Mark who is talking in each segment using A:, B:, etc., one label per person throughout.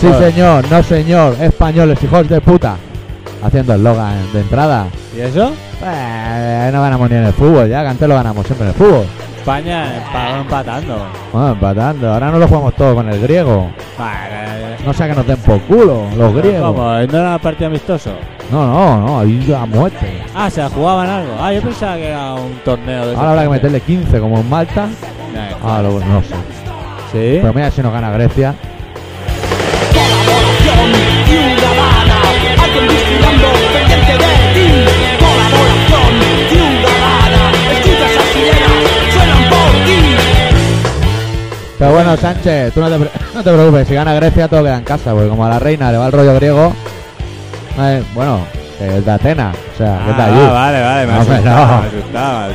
A: Sí,
B: Joder.
A: señor, no, señor. Españoles, hijos de puta. Haciendo eslogan de entrada.
B: ¿Y eso?
A: Eh, no ganamos ni en el fútbol, ya que antes lo ganamos siempre en el fútbol.
B: España empató empatando.
A: Bueno, empatando. Ahora no lo jugamos todo con el griego.
B: Vale.
A: No sea que nos den por culo los griegos.
B: ¿Cómo? ¿No era partido amistoso?
A: No, no, no, ahí a muerte.
B: Ah, se la jugaban algo. Ah, yo pensaba que era un torneo de...
A: Ahora habrá que meterle 15 como en Malta.
B: meterle...
A: Ah, lo, no sé.
B: Sí.
A: Ah, Pero mira si nos gana Grecia.
C: Colaboración ciudadana, alguien vigilando pendiente de ti. Colaboración ciudadana, escuchas las sirenas, suenan por ti.
A: Pero bueno, Sánchez, tú no te, pre- no te preocupes. Si gana Grecia, todo queda en casa. Porque como a la reina le va el rollo griego. eh, bueno, que es de Atenas. O sea, que es de
B: Ah,
A: allí.
B: va, vale, vale, me
A: No, hombre,
B: asustaba,
A: no.
B: me asustaba.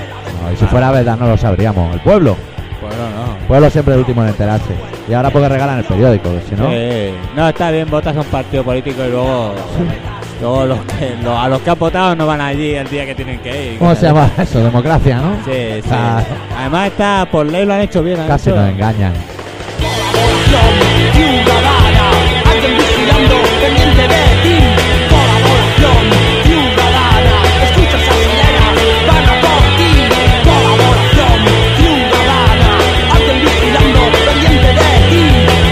A: No, y si fuera verdad, no lo sabríamos. El pueblo.
B: Bueno, no.
A: El pueblo siempre es el último en enterarse. Y ahora porque regalan el periódico, que si no.
B: Sí. No, está bien, votas a un partido político y luego... luego los que- los- a los que han votado no van allí el día que tienen que ir.
A: ¿Cómo se llama eso? Democracia, ¿no?
B: Sí, sí.
A: Ah.
B: Además está por ley lo han hecho bien. han
A: Casi
B: hecho-
A: nos engañan.
C: Colaboración ciudadana, alguien vigilando pendiente de ti. Colaboración ciudadana, escuchas las sirenas, van a por ti. Colaboración ciudadana, alguien vigilando pendiente de ti.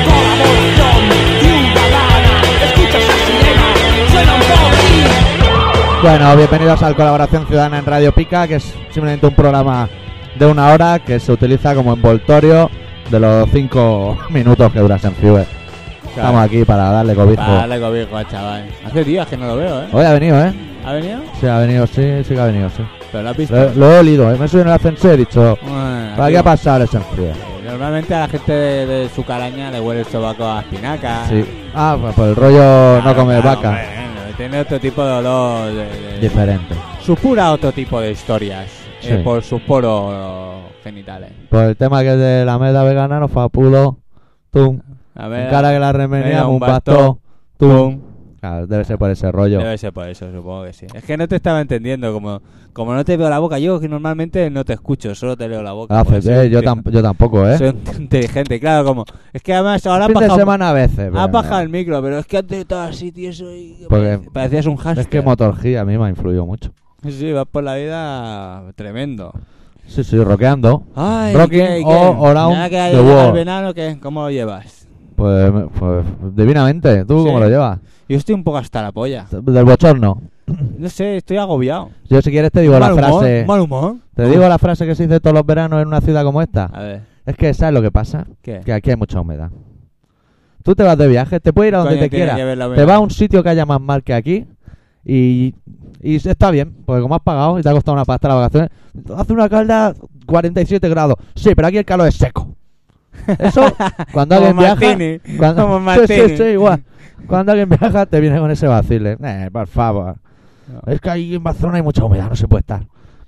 C: Colaboración ciudadana, escuchas las sirenas, suenan por ti.
A: Bueno, bienvenidos al Colaboración Ciudadana en Radio Pica, que es simplemente un programa de una hora que se utiliza como envoltorio de los cinco minutos que duras en Fiverr. Estamos aquí para darle cobijo.
B: Vale, cobijo, al chaval. Hace días que no lo veo, ¿eh?
A: Hoy ha venido, ¿eh?
B: ¿Ha venido?
A: Sí, ha venido, sí, sí que ha venido, sí.
B: ¿Pero lo has visto?
A: Lo, lo he olido, ¿eh? me he subido en el ascensor y he dicho,
B: Bueno,
A: ¿para qué ha
B: tío,
A: pasado ese enfrío?
B: Normalmente a la gente de, de su calaña le huele el sobaco a espinaca.
A: Sí. Ah, pues por el rollo no
B: Claro,
A: comer
B: claro,
A: vaca.
B: bueno, tiene otro tipo de olor. De, de-
A: Diferente.
B: supura otro tipo de historias
A: Sí.
B: eh, por sus poros genitales.
A: Por el tema que es de la meda vegana, nos fapulo, tum,
B: A
A: en
B: ver,
A: cara que la remenía,
B: venga, un
A: un bastón, tum.
B: pum.
A: Claro, debe ser por ese rollo.
B: Debe ser por eso, supongo que sí. Es que no te estaba entendiendo. Como, como no te veo la boca, yo que normalmente no te escucho, solo te leo la boca.
A: Ah,
B: porque
A: Fede,
B: soy
A: yo,
B: inteligente.
A: tam- yo tampoco, ¿eh?
B: Soy inteligente, claro, como. Es que además ahora ha
A: fin de
B: bajado,
A: semana a veces.
B: ha
A: pero
B: bajado el
A: no.
B: micro, pero es que antes estaba así, tío, soy.
A: Porque-
B: Parecías un hashtag.
A: Es que Motorgy a mí me ha influido mucho.
B: Sí, vas por la vida tremendo.
A: Sí, sí, roqueando.
B: Ay,
A: Rocking
B: ¿qué- qué?
A: all around
B: Nada que
A: the
B: haya llegado el
A: world.
B: verano, ¿qué? ¿Cómo lo llevas?
A: Pues, me- pues divinamente. ¿Tú
B: Sí.
A: cómo lo llevas?
B: Yo estoy un poco hasta la polla.
A: Del bochorno.
B: No sé, estoy agobiado.
A: Yo si quieres te digo la
B: mal humor,
A: frase...
B: Mal humor.
A: Te digo la frase que se dice todos los veranos en una ciudad como esta.
B: A ver,
A: Es que ¿sabes lo que pasa?
B: ¿qué?
A: Ah. Que aquí hay mucha humedad. Tú te vas de viaje, te puedes ir a donde
B: Coño,
A: te
B: tiene
A: quieras.
B: que ver la
A: Te
B: humedad.
A: vas a un sitio que haya más mal que aquí y, y está bien, porque como has pagado y te ha costado una pasta las vacaciones, hace una calda 47 grados. Sí, pero aquí el calor es seco. Eso, cuando
B: Como
A: alguien viaja...
B: Martini,
A: Cuando,
B: como
A: sí, sí,
B: Martini.
A: sí, igual. Cuando alguien viaja te viene con ese vacile. Eh, por favor.
B: No.
A: Es que ahí en Barcelona hay mucha humedad, no se puede estar.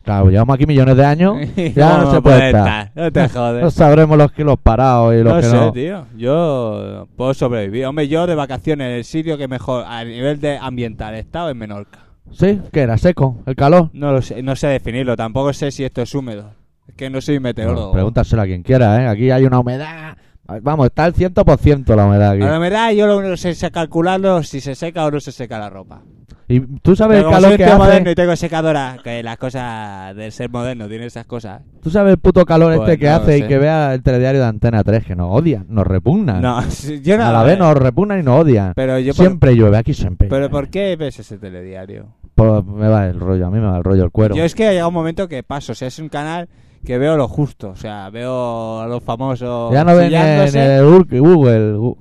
A: Claro, llevamos aquí millones de años, ya
B: ¿Cómo
A: no se
B: me
A: puede
B: puede
A: estar.
B: estar? No te jodes.
A: No sabremos los kilos parados y los
B: No
A: que
B: sé,
A: no.
B: tío. Yo puedo sobrevivir. Hombre, yo de vacaciones, el sitio que mejor a nivel de ambiental he estado en Menorca.
A: Sí, que era seco, el calor.
B: No lo sé, no sé definirlo. Tampoco sé si esto es húmedo. Es que no soy meteorólogo.
A: Bueno, pregúntaselo a quien quiera, ¿eh? Aquí hay una humedad. Vamos, está al 100% la humedad
B: A la
A: aquí.
B: verdad, yo lo único que sé es calcularlo si se seca o no se seca la ropa.
A: Y tú sabes
B: Pero
A: el
B: como este soy
A: calor
B: un
A: que
B: tío moderno
A: hace.
B: y tengo secadora, que las cosas del ser moderno tienen esas cosas.
A: Tú sabes el puto calor
B: Pues
A: este que
B: no lo
A: hace y
B: sé.
A: que vea el telediario de Antena 3, que nos odian, nos repugnan.
B: No, sí, yo no.
A: a la vez nos repugnan y nos odian.
B: Pero yo por-
A: siempre llueve, aquí siempre.
B: Pero
A: llueve.
B: ¿por qué ves ese telediario?
A: Por- me va el rollo, a mí me va el rollo el cuero.
B: Yo es que ha llegado un momento que paso. O sea, es un canal que veo lo justo. O sea, veo a los famosos.
A: Ya no ven en
B: chillándose.
A: el Urk- Google, Gu-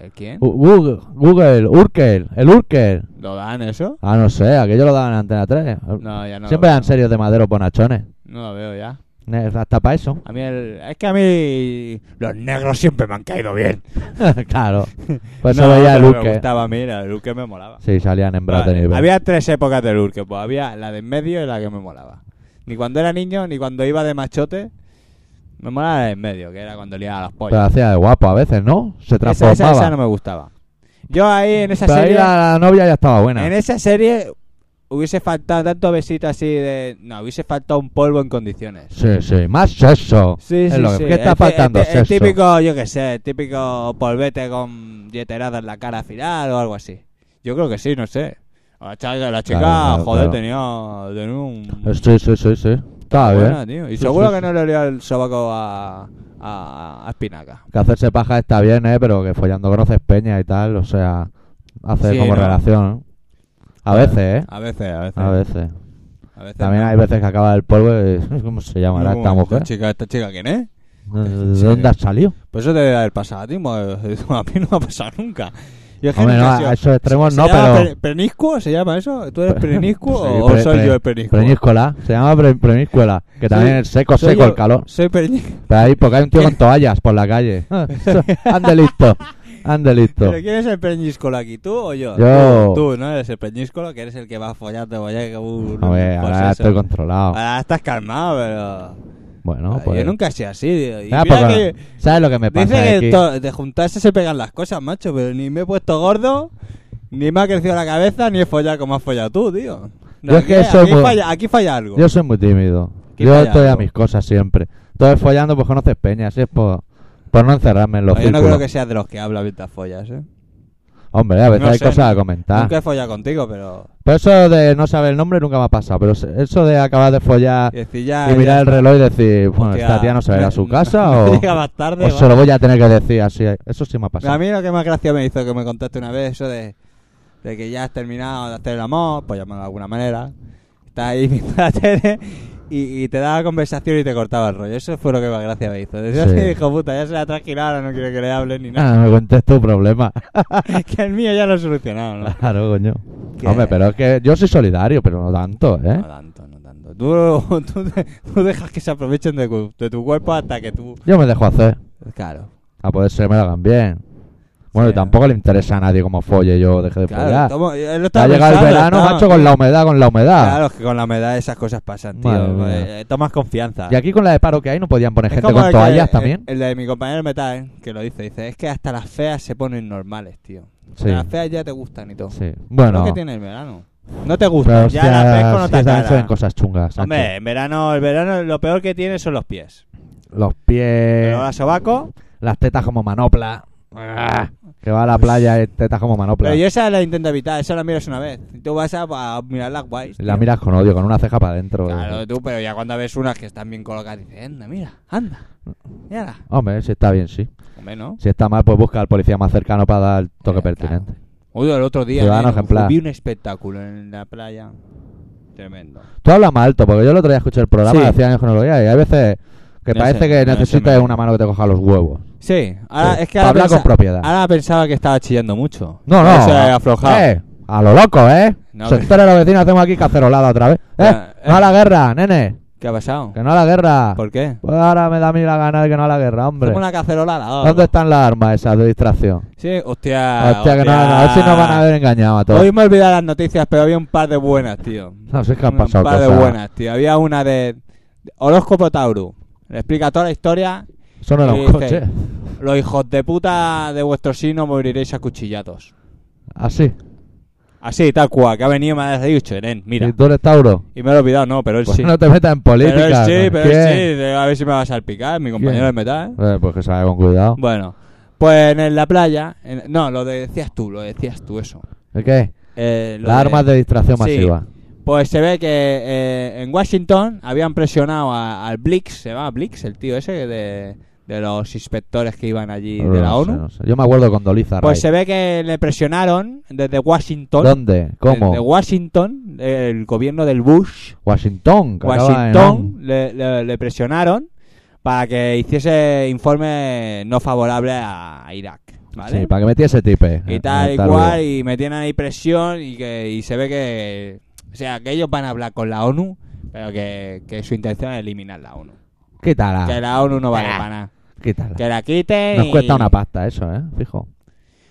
B: ¿Eh, ¿Quién?
A: Gu- Google, Google, Urkel, el Urkel.
B: ¿Lo dan eso?
A: Ah, no sé, aquello lo daban en Antena 3.
B: No, ya no.
A: Siempre
B: lo
A: dan
B: veo.
A: series de madero bonachones.
B: No lo veo ya.
A: Ne- Hasta para eso.
B: A mí el- es que a mí los negros siempre me han caído bien.
A: claro. Pues
B: no,
A: eso veía el
B: pero me
A: Urkel.
B: gustaba, mira, el Urke me molaba.
A: Sí, salían en Braten
B: Vale,
A: y Bell.
B: Había tres épocas del Urke, pues había la de en medio y la que me molaba. Ni cuando era niño, ni cuando iba de machote, me molaba la de en medio, que era cuando liaba las
A: Pero
B: pollas.
A: hacía de guapo a veces, ¿no? Se
B: Esa,
A: transformaba.
B: esa, esa no me gustaba. Yo ahí en esa
A: Pero ahí
B: serie, e-
A: la, la novia ya estaba buena.
B: en esa serie hubiese faltado tanto besito así de. No, hubiese faltado un polvo en condiciones.
A: Sí, sí, más sexo.
B: Sí,
A: Es
B: sí,
A: lo que-
B: sí.
A: ¿Qué está
B: El ti-
A: faltando?
B: el ti- el
A: sexo.
B: típico, yo qué sé, el típico polvete con dieterada en la cara final o algo así. Yo creo que sí, no sé. La chica, la chica
A: claro,
B: joder,
A: claro.
B: tenía, tenía un...
A: Eh, Sí, sí, sí, sí. Está bien.
B: buena, tío. Y
A: Sí,
B: seguro
A: sí,
B: que
A: sí.
B: no le olía el sobaco a, a, a espinaca.
A: Que hacerse paja está bien, ¿eh? Pero que follando conoces peña y tal, o sea, hace
B: Sí,
A: como
B: ¿no?
A: relación. ¿no? A veces, ¿eh?
B: A veces, a veces.
A: A veces.
B: A veces
A: También
B: no.
A: hay veces que acaba el polvo y... ¿Cómo se
B: No,
A: llamará
B: como
A: esta mujer?
B: chica, ¿Esta chica quién es?
A: ¿De dónde ha salido?
B: Pues eso te debe haber pasado a ti, mo- a mí no me ha pasado nunca. Yo es que
A: Hombre, no,
B: nunca he
A: a
B: sido-
A: esos extremos
B: ¿Se
A: Oh, no,
B: llama
A: pero...
B: pre- ¿Preniscuo se llama eso? ¿Tú eres preniscuo
A: Sí,
B: o
A: pre-
B: soy
A: pre-
B: yo el preniscuo?
A: Preñíscola, se llama pre- preñíscola, que también
B: Soy-
A: es seco,
B: soy
A: seco
B: yo-
A: el calor.
B: Soy preniscuo.
A: Pero ahí, porque hay un tío con toallas por la calle. Ah, Ande listo, ande listo.
B: ¿Pero quién es el preñíscolo aquí? ¿Tú o yo?
A: Yo.
B: Tú, ¿no? Eres el preñíscolo, que eres el que va follando, follando, que un-
A: A ver,
B: un
A: ahora
B: poseso.
A: estoy controlado.
B: Ahora estás calmado, pero...
A: Bueno, pues...
B: Ah, Yo nunca he sido así, tío. Y
A: Ah,
B: mira
A: porque-
B: que-
A: ¿Sabes lo que me pasa?
B: Dice que
A: X?
B: to- de juntarse se pegan las cosas, macho, pero ni me he puesto gordo, ni me ha crecido la cabeza, ni he follado como has follado tú, tío.
A: Yo es que
B: aquí,
A: soy
B: aquí
A: muy-
B: falla, aquí falla algo.
A: Yo soy muy tímido.
B: Qué
A: Yo
B: fallado.
A: estoy a mis cosas siempre. Entonces follando pues conoces peñas, es por, por no encerrarme en los
B: No, yo no
A: círculos.
B: creo que seas de los que habla mientras follas, ¿eh?
A: Hombre, a veces
B: No
A: hay
B: sé,
A: cosas a comentar.
B: Nunca he follado contigo, pero...
A: Pero eso de no saber el nombre nunca me ha pasado. Pero se- eso de acabar de follar
B: Y
A: y,
B: decir ya... ya
A: mirar el
B: está.
A: reloj y decir, bueno,
B: Hostia,
A: esta tía no se va a ir a
B: me-
A: su casa
B: me
A: o,
B: Llega más tarde,
A: o
B: va.
A: se lo voy a tener que decir así. Eso sí me ha pasado.
B: A mí lo que más gracia me hizo que me contaste una vez eso de, de que ya has terminado de hacer el amor, por llamarlo de alguna manera. Estás ahí viendo la tele y, y te daba conversación y te cortaba el rollo. Eso fue lo que más gracia me hizo. Decía,
A: Sí.
B: "Sí, hijo puta, ya se la ha tranquilado, ahora no quiero que le hable ni nada.
A: Ah, me cuentes tu problema.
B: que el mío ya lo he solucionado, ¿no?
A: claro, coño.
B: Que-
A: Hombre, pero es que yo soy solidario, pero no tanto, ¿eh?
B: No tanto, no tanto. Tú, tú, de- tú dejas que se aprovechen de, cu- de tu cuerpo hasta que tú...
A: Yo me dejo hacer.
B: Claro.
A: A poder ser que me lo hagan bien. Bueno,
B: Sí.
A: y tampoco le interesa a nadie cómo folle yo deje de follar.
B: Claro, tomo- él lo
A: Ya
B: estaba
A: ha llegado el
B: pensando,
A: verano,
B: estaba-
A: macho, con la humedad, con la humedad.
B: Claro, es que con la humedad esas cosas pasan, tío.
A: Ah. Madre mía.
B: Eh, tomas confianza.
A: Y aquí con la de paro que hay no podían poner
B: Es
A: gente
B: como
A: con
B: el que-
A: toallas
B: el-
A: también.
B: El, de mi compañero metal, que lo dice, dice, es que hasta las feas se ponen normales, tío.
A: Sí,
B: Las feas ya te gustan y todo.
A: sí.
B: Lo
A: Bueno,
B: que tiene el verano. No te
A: pero
B: gusta, ya
A: hostia,
B: las ves con
A: es que
B: otra
A: también se ven
B: cara.
A: cosas chungas. Sancho.
B: Hombre, en verano, el verano lo peor que tiene son los pies.
A: Eh, Los pies,
B: Pero ahora sobaco.
A: las tetas como manopla. Ah, Que va a la playa y tetas como manopla.
B: Pues Pero yo esa la intento evitar, esa la miras una vez. Y Tú vas a, a mirarlas guays.
A: La
B: tío.
A: miras con odio, con una ceja eh. para adentro.
B: Claro, tú, pero ya cuando ves unas que están bien colocadas, dices, anda, mira, anda. Mírala.
A: Hombre, si está bien, sí.
B: Hombre, ¿no?
A: Si está mal, pues busca al policía más cercano para dar el toque
B: Eh,
A: pertinente.
B: Oye, el otro día
A: Ciudadano
B: nene,
A: ejemplar.
B: vi un espectáculo en la playa. Tremendo.
A: Tú hablas más alto, porque yo el otro día escuché el programa
B: Sí.
A: de 100 años que no lo oía, y hay veces que
B: No
A: parece
B: sé,
A: que
B: no sé,
A: necesitas
B: me-
A: una mano que te coja los huevos.
B: Sí, ahora
A: Sí.
B: es que
A: Para
B: ahora,
A: hablar con
B: pensa-
A: propiedad.
B: ahora pensaba que estaba chillando mucho.
A: No,
B: Por
A: no.
B: Eso he
A: a-
B: aflojado.
A: eh, a lo loco, ¿eh?
B: No,
A: Se
B: que-
A: entera la vecina, hacemos aquí cacerolada otra vez. Eh,
B: Ah, eh.
A: no a la guerra, nene.
B: ¿Qué ha pasado?
A: Que no a la guerra.
B: ¿Por qué?
A: Pues ahora me da a mí la gana de que no a la guerra, hombre.
B: Como una cacerola. la-
A: ¿Dónde están las armas esas de distracción?
B: Sí, hostia.
A: Hostia, que no, a ver si nos van a haber engañado a todos.
B: Hoy me he olvidado las noticias, pero había un par de buenas, tío.
A: No sé qué han
B: un
A: pasado
B: par de
A: cosas.
B: buenas, tío. Había una de de horóscopo Tauro. Le explica toda la historia.
A: Eso no era
B: y
A: un
B: dice,
A: coche.
B: Los hijos de puta de vuestro signo moriréis a cuchillados.
A: Así.
B: Así, tal cual, que ha venido y me ha dicho, Eren, mira.
A: ¿Y tú eres Tauro?
B: Y me lo he olvidado, no, pero él
A: Pues
B: sí.
A: no te metas en política.
B: pero él sí,
A: ¿no?
B: pero él
A: ¿Quién?
B: sí. de- A ver si me va a salpicar, mi compañero
A: ¿Quién?
B: de metal. ¿eh?
A: Eh, pues que salga con cuidado.
B: Bueno, pues en la playa. en- no, lo de- decías tú, lo decías tú eso.
A: ¿De qué?
B: Eh, lo
A: Las armas de distracción
B: Sí.
A: masiva.
B: Pues se ve que eh, en Washington habían presionado a- al Blix, se llama Blix, el tío ese de, de los inspectores que iban allí de la
A: No sé,
B: ONU.
A: no sé. Pues Yo me acuerdo con Doliza
B: Pues se ve que le presionaron desde Washington.
A: ¿Dónde? ¿Cómo?
B: Desde Washington, el gobierno del Bush.
A: Washington. que acaba en
B: Washington
A: on.
B: le, le- le presionaron para que hiciese informe no favorable a Irak. ¿vale?
A: Sí, para que metiese tipe.
B: y
A: Eh,
B: tal
A: eh,
B: y
A: tal
B: cual,
A: vez.
B: y metían ahí presión y que y se ve que. O sea, que ellos van a hablar con la ONU, pero que, que su intención es eliminar la ONU.
A: Quítala.
B: Que la ONU no vale
A: Ah.
B: para nada.
A: Quítala.
B: Que la quiten.
A: Nos
B: y-
A: cuesta una pasta eso, ¿eh? Fijo.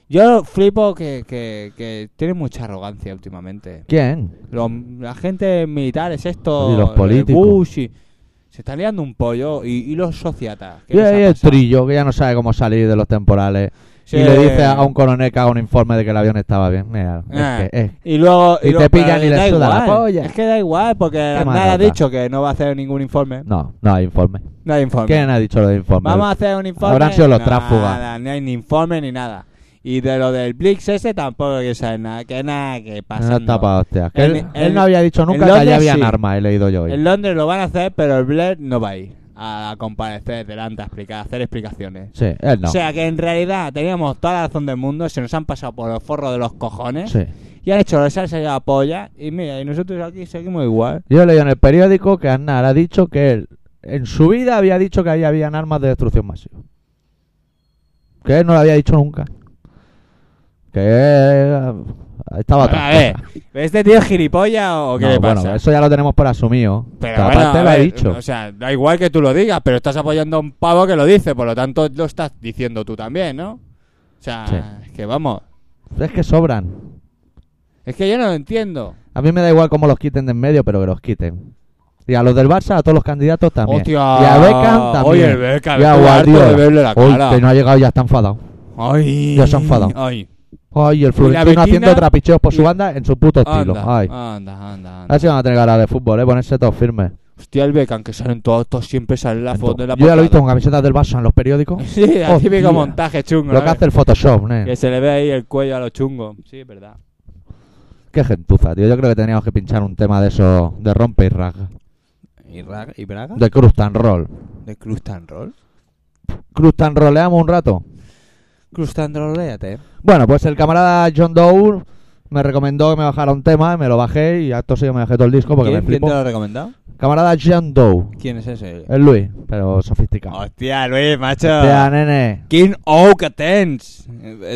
B: Yo flipo que, que, que tiene mucha arrogancia últimamente.
A: ¿Quién?
B: Los agentes militares, estos.
A: Y los
B: eh,
A: políticos.
B: Bush y- se están liando un pollo. Y, y los sociatas. ¿Qué
A: Y
B: les ha
A: ahí el
B: pasado?
A: trillo que ya no sabe cómo salir de los temporales. y le dice a un coronel que haga un informe de que el avión estaba bien. Mira,
B: Ah.
A: es que, eh,
B: Y luego.
A: Y te
B: luego-
A: pillan
B: pero
A: y les
B: da
A: suda la
B: igual.
A: polla.
B: Es que da igual, porque Aznar ha
A: malota.
B: dicho que no va a hacer ningún informe.
A: No, no hay informe.
B: No hay informe.
A: ¿Quién ha dicho lo de informe?
B: Vamos a hacer un informe.
A: Habrán sido los
B: Nada,
A: tránsfugas.
B: No hay ni informe ni nada. Y de lo del Blix ese tampoco quiero saber nada. Que nada, que pasa.
A: No está pa' hostias. Que
B: En-
A: él,
B: en-
A: él no había dicho
B: en
A: nunca que
B: Londres
A: allá habían
B: sí.
A: armas, he leído yo hoy.
B: En Londres lo van a hacer, pero el Blair no va a ir a comparecer delante a explicar, a hacer explicaciones.
A: Sí, él no.
B: O sea que en realidad teníamos toda la razón del mundo, se nos han pasado por los forros de los cojones
A: Sí.
B: y han hecho los salsa y la polla. Y mira, y nosotros aquí seguimos igual.
A: Yo leí en el periódico que Aznar ha dicho que él en su vida había dicho que ahí habían armas de destrucción masiva. Que él no lo había dicho nunca. Que eh, estaba
B: Bueno, a
A: atrás.
B: ver, ¿este tío es gilipollas o qué
A: No,
B: le
A: bueno,
B: pasa?
A: eso ya lo tenemos por asumido.
B: Pero
A: Pero
B: bueno,
A: aparte
B: a
A: lo ha
B: ver,
A: dicho.
B: O sea, da igual que tú lo digas, pero estás apoyando a un pavo que lo dice, por lo tanto lo estás diciendo tú también, ¿no? O sea,
A: Sí.
B: que vamos.
A: Es que sobran.
B: Es que yo no lo entiendo.
A: A mí me da igual cómo los quiten de en medio, pero que los quiten. Y a los del Barça, a todos los candidatos también.
B: Hostia.
A: Y a Beckham también.
B: Oye, el Beckham,
A: Y
B: estoy
A: a
B: harto
A: Guardiola.
B: de verle la
A: Uy,
B: cara.
A: que no ha llegado ya está enfadado.
B: Ay,
A: Ya se ha enfadado.
B: Ay,
A: Ay, el Florentino
B: Betina-
A: haciendo trapicheos por
B: y-
A: su banda en su puto estilo.
B: anda,
A: Ay.
B: anda, anda,
A: A
B: anda.
A: ver si van a tener ganas de fútbol, eh, ponerse todos firmes.
B: Hostia, el Beckham que salen todos, todos siempre sale la foto de la
A: Yo ya lo he visto
B: portada.
A: con camisetas del Barça en los periódicos.
B: Sí, el
A: Hostia.
B: típico montaje chungo.
A: lo
B: ¿no?
A: que hace el Photoshop, ¿no?
B: Que se le ve ahí el cuello a los chungos. Sí, es verdad.
A: Qué gentuza, tío. Yo creo que teníamos que pinchar un tema de eso, de rompe y raga.
B: ¿Y, Braga- y Braga?
A: De crust and roll.
B: ¿De Crust and Roll?
A: Crust and rolleamos un rato.
B: Crust and Roll, léate.
A: Bueno, pues el camarada John Doe me recomendó que me bajara un tema, me lo bajé y acto seguido me bajé todo el disco porque me
B: ¿Quién, quién
A: flipo.
B: te lo ha recomendado?
A: Camarada John Doe,
B: ¿Quién es ese?
A: el Luis, pero sofisticado.
B: Hostia, Luis, macho.
A: Hostia, nene.
B: King Oakatens.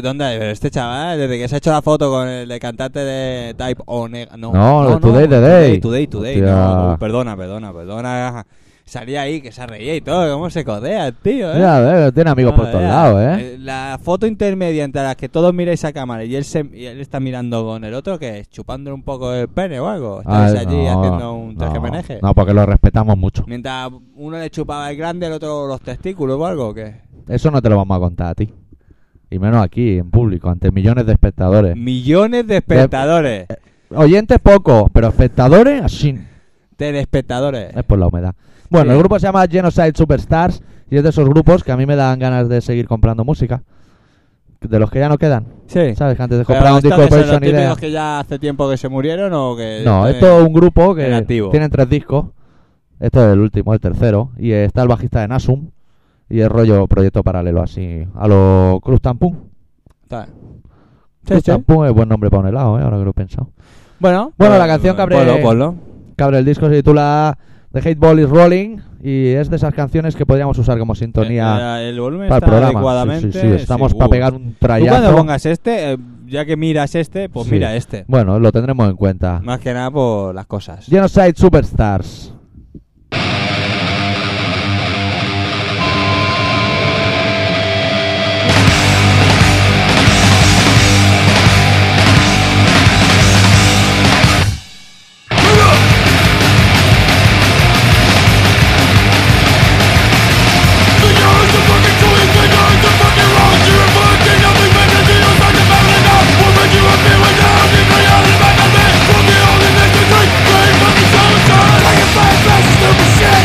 B: ¿Dónde? Pero este chaval, desde que se ha hecho la foto con el de cantante de Type Onega. No,
A: No, de Today, Today.
B: Today, Today.
A: Hostia.
B: no, perdona, perdona, perdona. Salía ahí, que se reía y todo. ¿Cómo se codea, el tío? ¿eh?
A: Mira, eh, tiene amigos por
B: Ah,
A: todos
B: ya.
A: lados, ¿eh?
B: Eh, La foto intermedia entre las que todos miráis a cámara y él, se- y él está mirando con el otro, que es chupándole un poco el pene o algo. Estáis
A: Ay,
B: allí
A: no,
B: haciendo un traje
A: no,
B: meneje.
A: No, porque lo respetamos mucho.
B: Mientras uno le chupaba el grande, el otro los testículos o algo, que
A: Eso no te lo vamos a contar a ti. Y menos aquí, en público, ante millones de espectadores.
B: Millones de espectadores.
A: Eh, Oyentes pocos, pero espectadores así.
B: Telespectadores.
A: Es por la humedad. Bueno,
B: Sí.
A: el grupo se llama Genocide Superstars y es de esos grupos que a mí me dan ganas de seguir comprando música. De los que ya no quedan.
B: Sí.
A: ¿Sabes? Que antes de
B: Pero
A: comprar un
B: estos
A: disco de
B: que son
A: Poison
B: los
A: Idea.
B: típicos que ya hace tiempo que se murieron o que...
A: No,
B: están
A: esto es un grupo que
B: en activo.
A: tienen tres discos. Esto es el último, el tercero. Y está el bajista de Nasum. Y el rollo proyecto paralelo así. A lo Cruz Tampum.
B: en- Tal. Sí,
A: Cruz
B: sí.
A: Tampum es buen nombre para un helado, ¿eh? ahora que lo he pensado.
B: Bueno, Eh,
A: Bueno, la canción que abre-
B: Ponlo, ponlo.
A: Que abre el disco se titula The Hateball is Rolling. Y es de esas canciones que podríamos usar como sintonía
B: Eh, eh, el volumen
A: ah, para el
B: está
A: programa. Sí,
B: adecuadamente.
A: sí, sí, Estamos para
B: seguro.
A: pegar un
B: Tú cuando
A: trayazo.
B: pongas este, eh, ya que miras este, pues
A: Sí.
B: mira este.
A: Bueno, lo tendremos en cuenta.
B: Más que nada por las cosas.
A: Genocide Superstars.
D: Like a fire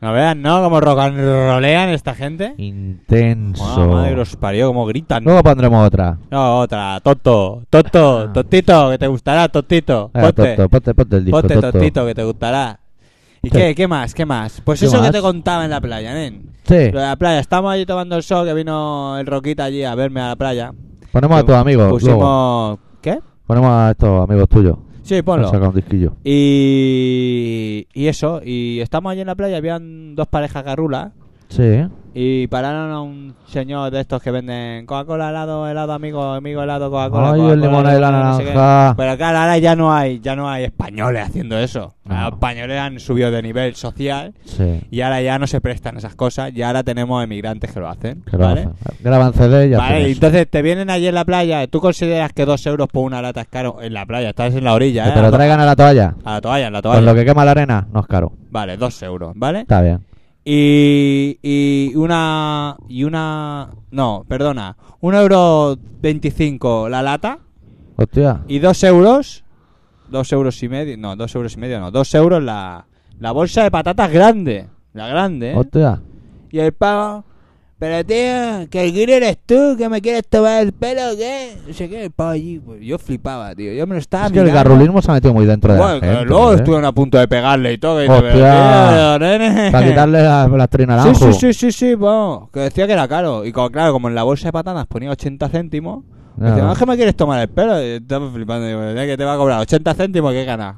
B: ¿no? Como rock and rollean esta gente.
A: Intenso.
B: Guau, madre que los parió, como gritan.
A: Luego pondremos otra.
B: No, otra, Toto, Toto,
A: Ah.
B: Totito, que te gustará, Totito.
A: Venga,
B: Ponte,
A: Toto, Eh, ponte, ponte el disco.
B: ponte
A: Toto.
B: Totito, que te gustará. ¿Y
A: Sí.
B: qué, qué más, qué más? Pues
A: ¿Qué
B: eso
A: más?
B: que te contaba en la playa, nen.
A: Sí,
B: Lo de la playa, estábamos allí tomando el sol, que vino el Roquita allí a verme a la playa.
A: ponemos a tus amigos.
B: Pusimos...
A: luego.
B: ¿Qué?
A: Ponemos a estos amigos tuyos.
B: Sí,
A: Vamos
B: ponlo.
A: a sacar un disquillo.
B: Y... y eso, y estamos allí en la playa, habían dos parejas garrulas.
A: Sí, ¿eh?
B: Y pararon a un señor de estos que venden Coca-Cola helado, helado amigo, amigo helado, Coca-Cola.
A: Ay, el
B: Coca-Cola,
A: limón y la
B: Coca-Cola, no sé qué.
A: naranja.
B: Pero claro, ahora ya no hay, ya no hay españoles haciendo eso. Ahora
A: No.
B: Los españoles han subido de nivel social
A: Sí.
B: y ahora ya no se prestan esas cosas. Y ahora tenemos emigrantes que lo hacen.
A: Que lo
B: ¿vale?
A: hacen. Graban CD y ya
B: Vale,
A: tienes.
B: entonces te vienen allí en la playa. ¿Tú consideras que dos euros por una lata es caro en la playa? Estás en la orilla,
A: Que
B: ¿eh?
A: te
B: A
A: lo
B: la to-
A: traigan a la toalla.
B: A la toalla, en la
A: Con
B: toalla. ¿Eh?
A: lo que quema la arena, no es caro.
B: Vale, dos euros, ¿vale?
A: Está bien.
B: Y, y una. Y una. No, perdona. Un euro veinticinco la lata.
A: Hostia.
B: Y dos euros. Dos euros y medio. No, dos euros y medio no. Dos euros la, la bolsa de patatas grande. La grande, ¿eh?
A: Hostia.
B: Y el pavo. Pero tío, que el guiri eres tú, que me quieres tomar el pelo, ¿qué? No sé qué, el pavo allí. pues, yo flipaba, tío. Yo me lo estaba
A: Es que el
B: mirando.
A: garrulismo se ha metido muy dentro de
B: Bueno,
A: la
B: que
A: gente.
B: luego
A: ¿eh?
B: estuvieron a punto de pegarle y todo. Y dice, pero,
A: Hostia.
B: tío, nene.
A: Para quitarle las la
B: Sí,
A: trinaranjo.
B: sí, sí, sí, sí, vamos. Que decía que era caro. Y como, claro, como en la bolsa de patatas ponía 80 céntimos, me decía,
A: Ah.
B: "Ah, que me quieres tomar el pelo? Y estaba flipando. Digo, "Ya que te va a cobrar 80 céntimos, ¿qué ganas?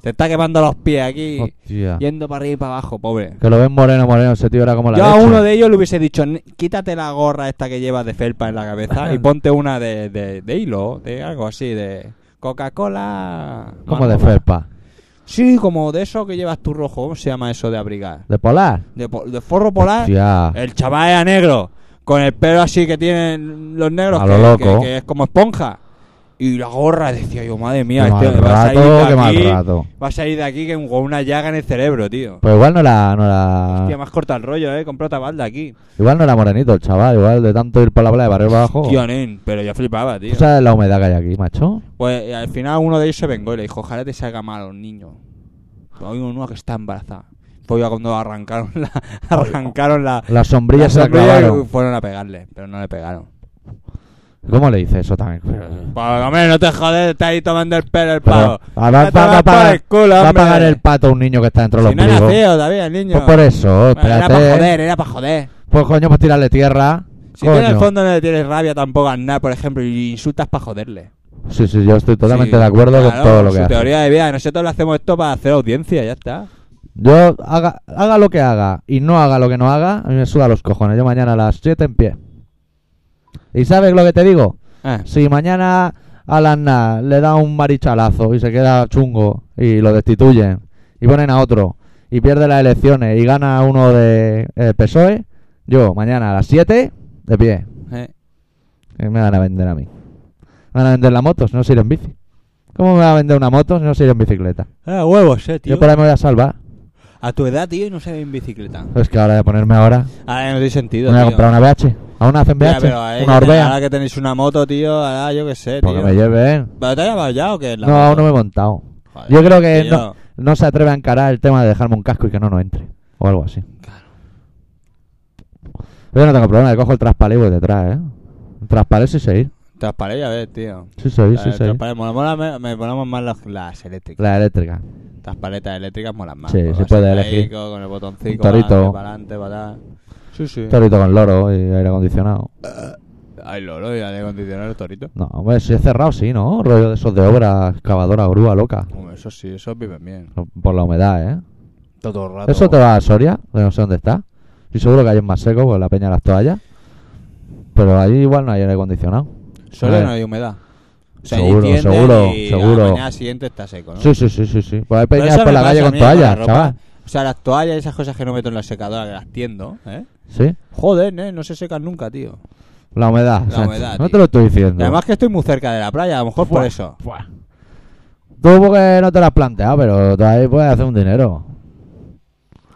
B: Te está quemando los pies aquí,
A: Hostia.
B: yendo para arriba y para abajo, pobre.
A: Que lo ven moreno, moreno. Ese tío era como la
B: Yo a
A: leche.
B: uno de ellos le hubiese dicho, "Ne- quítate la gorra esta que llevas de felpa en la cabeza y ponte una de, de- de hilo, de algo así, de Coca-Cola.
A: Como de
B: Manolo".
A: felpa.
B: Sí, como de eso que llevas tú rojo. ¿Cómo se llama eso de abrigar?
A: De polar.
B: De, po- de forro polar. Eh.
A: Hostia.
B: El chaval era negro, con el pelo así que tienen los negros,
A: A
B: que,
A: lo loco.
B: que- que es como esponja. Y la gorra, decía yo, madre mía,
A: Qué
B: este
A: mal
B: va a salir
A: rato, qué
B: de
A: mal
B: aquí,
A: rato.
B: va a salir de aquí que- con una llaga en el cerebro, tío.
A: Pues ah. igual no era, no era-
B: Hostia, más corta el rollo, eh, compró tabalda aquí.
A: igual no era morenito el chaval, igual de tanto ir por la playa de barrio para abajo.
B: Tío, nen, pero yo flipaba, tío.
A: ¿Tú sabes la humedad que hay aquí, macho?
B: Pues eh, al final uno de ellos se vengó y le dijo, ojalá te salga malo, niño. Pero Hay uno que está embarazada. Fue ya cuando arrancaron la, arrancaron la,
A: Las sombrillas
B: la
A: se la
B: sombrilla y
A: clavaron.
B: fueron a pegarle, pero no le pegaron.
A: ¿Cómo le dice eso también?
B: Pues, hombre, no te jodes, está ahí tomando el pelo el
A: Pero,
B: pavo.
A: a
B: No
A: ver,
B: te
A: va, va a
B: vas por
A: pagar,
B: el culo,
A: va a
B: hombre.
A: pagar el pato a un niño que está dentro de
B: Si no
A: los
B: era
A: ombligo.
B: feo todavía el niño.
A: Pues por eso,
B: Era para
A: espérate.
B: joder, era para joder.
A: Pues coño, pues tirarle tierra.
B: Si tú en el
A: coño.
B: fondo no le tienes rabia tampoco a nada, por ejemplo, y insultas para joderle.
A: Sí, sí, yo estoy totalmente
B: Sí,
A: de acuerdo con
B: claro,
A: todo lo que
B: Su
A: hace.
B: teoría de vida, nosotros le hacemos esto para hacer audiencia, ya está.
A: Yo haga, haga lo que haga y no haga lo que no haga, a mí me suda los cojones. Yo mañana a las 7 en pie. ¿Y sabes lo que te digo?
B: Ah,
A: Si mañana a las na le da un marichalazo y se queda chungo y lo destituyen y ponen a otro y pierde las elecciones y gana uno de eh, PSOE, yo mañana a las 7 de pie.
B: eh.
A: que me van a vender a mí? Me van a vender la moto si no sé ir en bici. ¿Cómo me va a vender una moto si no sé ir en bicicleta?
B: Ah, huevos, eh, tío.
A: Yo por ahí me voy a salvar.
B: A tu edad, tío, no se ve en bicicleta.
A: Es que ahora de ponerme ahora...
B: Ahora no tiene
A: Me
B: sentido,
A: voy a
B: tío.
A: comprar una BH. ¿Aún hacen BH?
B: Ya, pero ahora que
A: una
B: ten-
A: Orbea.
B: Ahora que tenéis una moto, tío, ahora yo qué sé, tío.
A: Porque me lleven.
B: ¿Pero te has llamado ya o qué?
A: No, aún no me he montado. Yo creo que
B: tío.
A: no, no se atreve a encarar el tema de dejarme un casco y que no nos entre. O algo así. Yo no tengo problema, le cojo el traspalé y voy detrás, ¿eh? El traspalé sí sé ir.
B: Transparé, ya ves, tío.
A: Sí sé ir, sí
B: Las
A: sé ir.
B: transparentes, mola, mola, me, me ponemos más las, las eléctricas.
A: La eléctrica.
B: Las paletas eléctricas molan más.
A: Sí,
B: Porque
A: se
B: vas
A: puede
B: ahí
A: elegir.
B: con- Con el botoncito.
A: Un torito.
B: Para adelante, para atrás. Sí, sí.
A: Torito con loro y aire acondicionado.
B: Ay, lolo, ya de acondicionar el torito.
A: No, hombre, si es cerrado, sí, ¿no? Rollo de esos de obra, excavadora, grúa, loca.
B: Hombre, eso sí, esos viven bien.
A: Por la humedad, ¿eh?
B: Todo el rato.
A: Eso te va a Soria, que no sé dónde está. Y seguro que hay en más seco, pues la peña de las toallas. Pero allí igual no hay aire acondicionado.
B: Solo
A: Eh.
B: no hay humedad. O sea,
A: Seguro,
B: allí tienden
A: seguro,
B: y
A: seguro.
B: A la mañana siguiente está seco, ¿no?
A: Sí, sí, sí, sí, sí. Pues hay
B: Pero
A: peñas
B: eso me
A: por la
B: pasa
A: calle
B: a
A: con
B: mí la
A: toallas,
B: ropa.
A: chaval.
B: O sea, las toallas y esas cosas que no meto en la secadora, que las tiendo, ¿eh?
A: Sí,
B: Joder, ¿eh? No se secan nunca, tío.
A: la humedad.
B: La
A: Sánchez.
B: humedad,
A: no
B: tío.
A: te lo estoy diciendo.
B: Además que estoy muy cerca de la playa, a lo mejor por
A: Fuah,
B: eso.
A: fuah. Tú porque no te lo has planteado, pero tú ahí puedes hacer un dinero.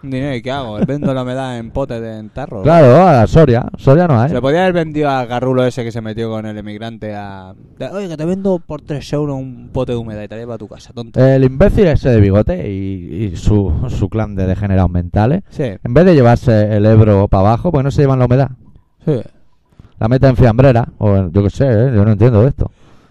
B: Un dinero, ¿y qué hago? El vendo la me da en potes, de- en tarro.
A: Claro, a Soria. Soria no hay.
B: Se lo podía haber vendido a Garrulo ese que se metió con el emigrante a... de, Oye, que te vendo por 3 euros un pote de humedad y te la llevas a tu casa, tonto.
A: El imbécil ese de bigote y, y su, su clan de degenerados mentales,
B: Sí,
A: en vez de llevarse el Ebro para abajo, pues no se llevan la humedad.
B: sí.
A: La meten en fiambrera, o en- yo qué sé, ¿eh? yo no entiendo de esto.